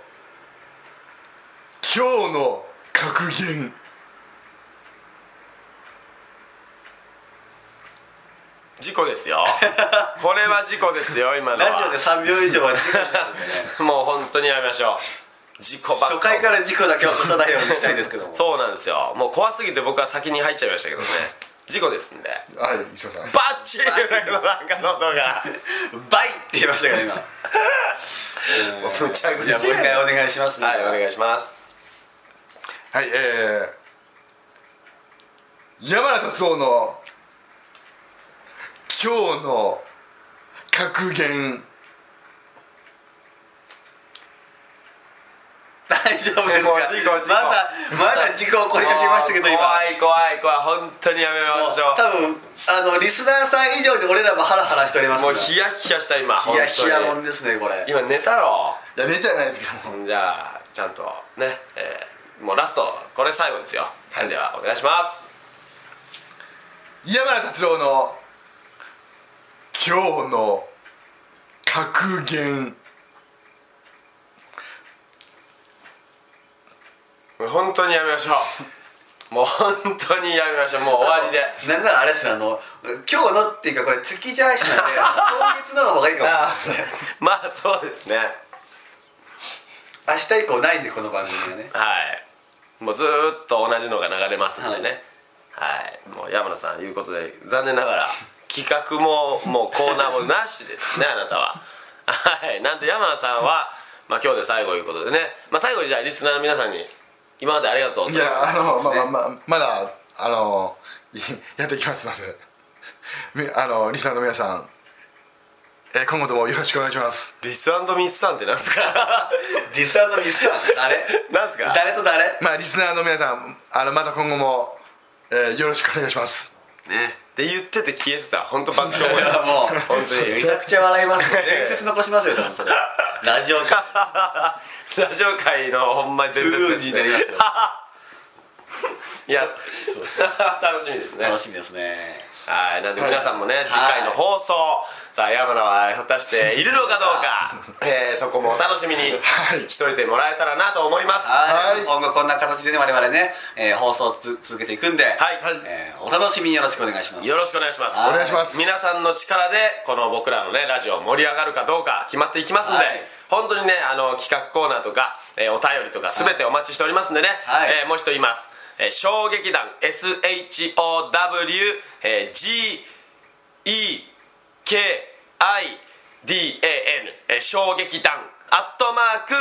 Speaker 3: 今日の格言
Speaker 2: 事故で すよこれは事故ですよ今のは
Speaker 1: ラジオで3秒以上は事故なんでね
Speaker 2: もう本当にやめましょう事故ばっか
Speaker 1: 初回から事故だけは起こさないようにしたいですけども
Speaker 2: そうなんですよもう怖すぎて僕は先に入っちゃいました けどね事故ですんで
Speaker 3: はい石田さん
Speaker 2: バッチリだけどなんか喉が
Speaker 1: バイって言いましたから今
Speaker 2: むちゃくちゃ
Speaker 1: じゃあもう一回お願いしますね
Speaker 2: はいお願いします
Speaker 3: はいえー、山名達郎の今日の格言
Speaker 1: 大丈夫ですか
Speaker 2: もう事故事故
Speaker 1: まだまだ事故起こりかけましたけど今
Speaker 2: もう怖い怖い怖い本当にやめましょ
Speaker 1: 多分あのリスナーさん以上に俺らもハラハラしております
Speaker 2: うもうヒヤヒヤした今
Speaker 1: ヒヤヒヤもん
Speaker 2: 本当に
Speaker 1: ですねこれ
Speaker 2: 今寝たろ
Speaker 3: いやネタじゃないですけども
Speaker 2: じゃあちゃんとね、えーもうラストこれ最後ですよ、ではお願いします
Speaker 3: 山名達郎の今日の格言
Speaker 2: もう本当にやめましょうもう本当にやめましょうもう終わりで
Speaker 1: なんならあれっすねあの今日のっていうかこれ月じゃいしなんで今月のの方がいいかも
Speaker 2: まあそうですね
Speaker 1: 明日以降ないんでこの番組はね
Speaker 2: はいもうずーっと同じのが流れますんでねはい、もう山名さんいうことで残念ながら企画ももうコーナーもなしですねあなたははいなんで山名さんは、まあ、今日で最後いうことでね、まあ、最後にじゃあリスナーの皆さんに今までありがとうと
Speaker 3: いやあの、
Speaker 1: そうですね
Speaker 3: ままままだあの いやっていきますのでみあのリスナーの皆さんえー今後ともよろしくお願いします
Speaker 2: リスミスさんってなんですか
Speaker 1: リスナーのリスナー誰
Speaker 2: なんすか
Speaker 1: 誰と誰
Speaker 3: まあリスナーの皆さんあのまた今後も、えーよろしくお願いします
Speaker 1: ね
Speaker 2: って言ってて消えてた本当爆笑
Speaker 1: これはもう
Speaker 2: 本
Speaker 1: 本
Speaker 2: 当
Speaker 1: 当
Speaker 2: に
Speaker 1: にめちゃくちゃ笑いますよ伝説残しますよ多分それラジオか
Speaker 2: ラジオ界のほんまに伝説です、ね、
Speaker 1: ますよ
Speaker 2: いや 楽しみですね
Speaker 1: 楽しみですね
Speaker 2: はいなんで皆さんもね、次回の放送、さあ山名は果たしているのかどうか、えーそこもお楽しみに
Speaker 3: はい
Speaker 2: しといてもらえたらなと思います
Speaker 1: はい
Speaker 3: はい
Speaker 1: 今後こんな形でね我々ね、えー放送をつ続けていくんで、
Speaker 2: はい、
Speaker 3: はい
Speaker 1: えーお楽しみによろしくお願いします
Speaker 2: よろしくお願いします
Speaker 3: お願いします
Speaker 2: 皆さんの力でこの僕らのねラジオ盛り上がるかどうか決まっていきますんで、
Speaker 1: はい
Speaker 2: 本当にねあの企画コーナーとか、えーお便りとか全てお待ちしておりますんでね、
Speaker 1: はい
Speaker 2: えーもう一度言います、えー衝撃団 SHOWGEKIDAN、えー衝撃団アットマーク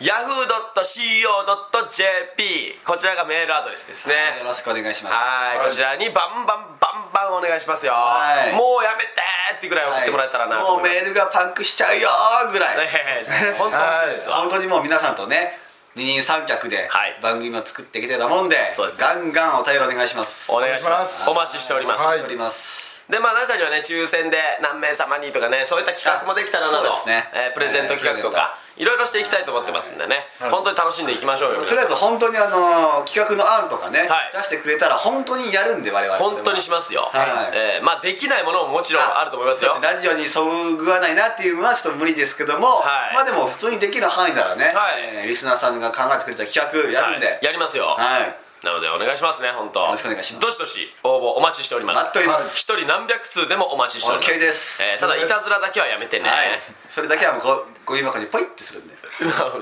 Speaker 2: yahoo.co.jp こちらがメールアドレスですね、
Speaker 1: よろしくお願いします
Speaker 2: はいこちらにバンバンバンバンお願いしますよ、
Speaker 1: はい
Speaker 2: もうやめてーってぐらい送ってもらえたらなと思います、
Speaker 1: もうメールがパンクしちゃうよーぐらい、
Speaker 2: ね 本当欲しいですわ、
Speaker 1: 本当にもう皆さんとね二人三脚で
Speaker 2: はい
Speaker 1: 番組を作っていきたいと思うんで,、
Speaker 2: そうですね
Speaker 1: ガンガンお便りお願いします
Speaker 2: お願いしますお
Speaker 3: お
Speaker 2: 待ちしております、
Speaker 3: は
Speaker 1: はいい、お待ちしております
Speaker 2: でまあ中にはね抽選で何名様にとかねそういった企画もできたらな
Speaker 1: そう
Speaker 2: ど、
Speaker 1: ですね
Speaker 2: えープレゼント企画とか、いろいろしていきたいと思ってますんでね、本当に楽しんでいきましょうよ
Speaker 1: とりあえず本当にあのー企画の案とかね、
Speaker 2: はい
Speaker 1: 出してくれたら本当にやるんで我々
Speaker 2: 本当にしますよ、
Speaker 1: はい
Speaker 2: えーまあできないものももちろんあると思いますよ
Speaker 1: そうですねラジオにそぐわないなっていうのはちょっと無理ですけども、
Speaker 2: はい
Speaker 1: まあでも普通にできる範囲ならね、
Speaker 2: はい
Speaker 1: えーリスナーさんが考えてくれた企画やるんで、
Speaker 2: はいやりますよ、
Speaker 1: はい
Speaker 2: なのでお願いしますね本当
Speaker 1: よろしくお願いします
Speaker 2: どしどし応募お待ちしております
Speaker 1: 待っております
Speaker 2: 一人何百通でもお待ちしております
Speaker 1: OK です
Speaker 2: えーただいたずらだけはやめてね、
Speaker 1: はい、それだけはもうごごみ箱にポイってするんで、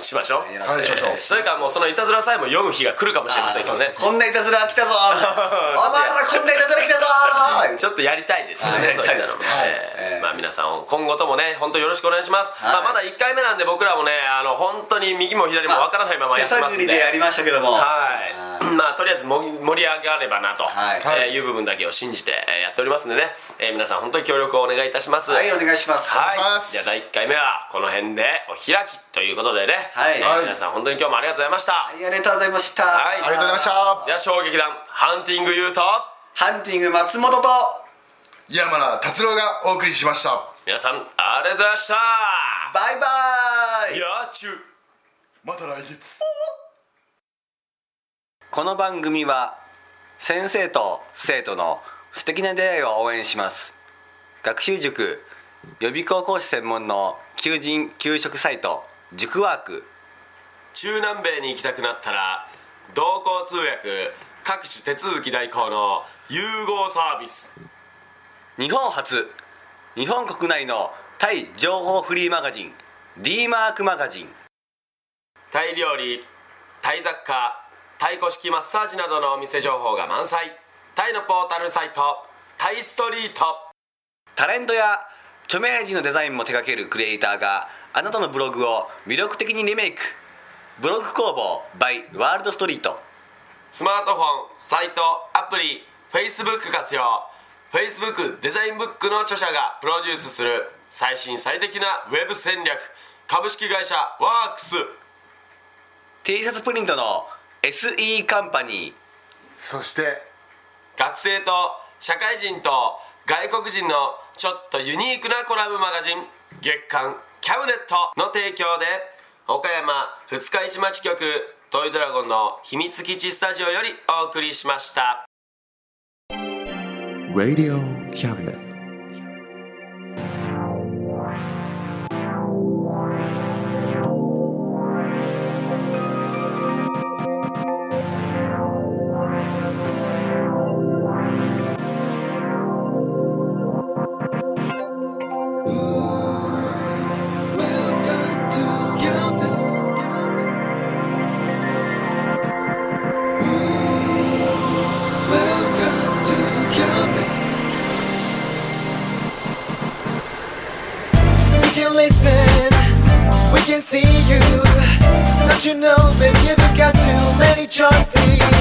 Speaker 2: しましょう、
Speaker 1: やらせて
Speaker 3: しましょ
Speaker 2: え
Speaker 3: う
Speaker 2: ーそれからもうそのいたずらさえも読む日が来るかもしれませんけどね
Speaker 1: こんないたずら来 たぞお前らこんないたずら来たぞ
Speaker 2: ちょっとやりたいですよ
Speaker 1: はい
Speaker 2: ね、
Speaker 1: やり
Speaker 2: そうい
Speaker 1: た
Speaker 2: っ
Speaker 1: い
Speaker 2: た
Speaker 1: で
Speaker 2: の
Speaker 1: すね
Speaker 2: も、えー
Speaker 1: はい
Speaker 2: まあ、皆さん今後ともね本当よろしくお願いします、
Speaker 1: はい
Speaker 2: まあ、まだ1回目なんで僕らもねあの本当に右も左もわからないままやってますん
Speaker 1: 手探り
Speaker 2: で、
Speaker 1: でやりましたけども
Speaker 2: はい、まあとりあえずも盛り上がればなと、
Speaker 1: はい
Speaker 2: いえーいう部分だけを信じてえーやっておりますのでね、えー皆さん本当に協力をお願いいたします
Speaker 1: はいお願いします
Speaker 2: はい
Speaker 3: お願いします
Speaker 2: じゃあ第1回目はこの辺でお開きということでね、
Speaker 1: はい
Speaker 2: えー皆さん本当に今日もありがとうございました、
Speaker 1: はいありがとうございました、
Speaker 2: はい
Speaker 3: ありがとうございました
Speaker 2: では衝撃団ハンティングユーと
Speaker 1: ハンティング松本と
Speaker 3: 山名達郎がお送りしました
Speaker 2: 皆さんありがとうございました
Speaker 1: バイバーイ
Speaker 2: やーちゅう
Speaker 3: また来月
Speaker 1: この番組は先生と生徒の素敵な出会いを応援します学習塾予備校講師専門の求人・給食サイト塾ワーク
Speaker 2: 中南米に行きたくなったら同行通訳各種手続き代行の融合サービス
Speaker 1: 日本初日本国内のタイ情報フリーマガジン D マークマガジン
Speaker 2: タイ料理タイ雑貨タイ古式マッサージなどのお店情報が満載タイのポータルサイトタイストリート
Speaker 1: タレントや著名人のデザインも手掛けるクリエイターがあなたのブログを魅力的にリメイクブログ工房 by ワールドストリート
Speaker 2: スマートフォンサイトアプリ Facebook 活用 Facebook デザインブックの著者がプロデュースする最新最適なウェブ戦略株式会社ワークス
Speaker 1: T シャツプリントの SE カンパニー
Speaker 3: そして
Speaker 2: 学生と社会人と外国人のちょっとユニークなコラムマガジン月刊キャブネットの提供で岡山二日市町局トイドラゴンの秘密基地スタジオよりお送りしました。
Speaker 5: Radio Cabinet.
Speaker 6: We can listen, we can see you. Don't you know, baby, you've got too many choices.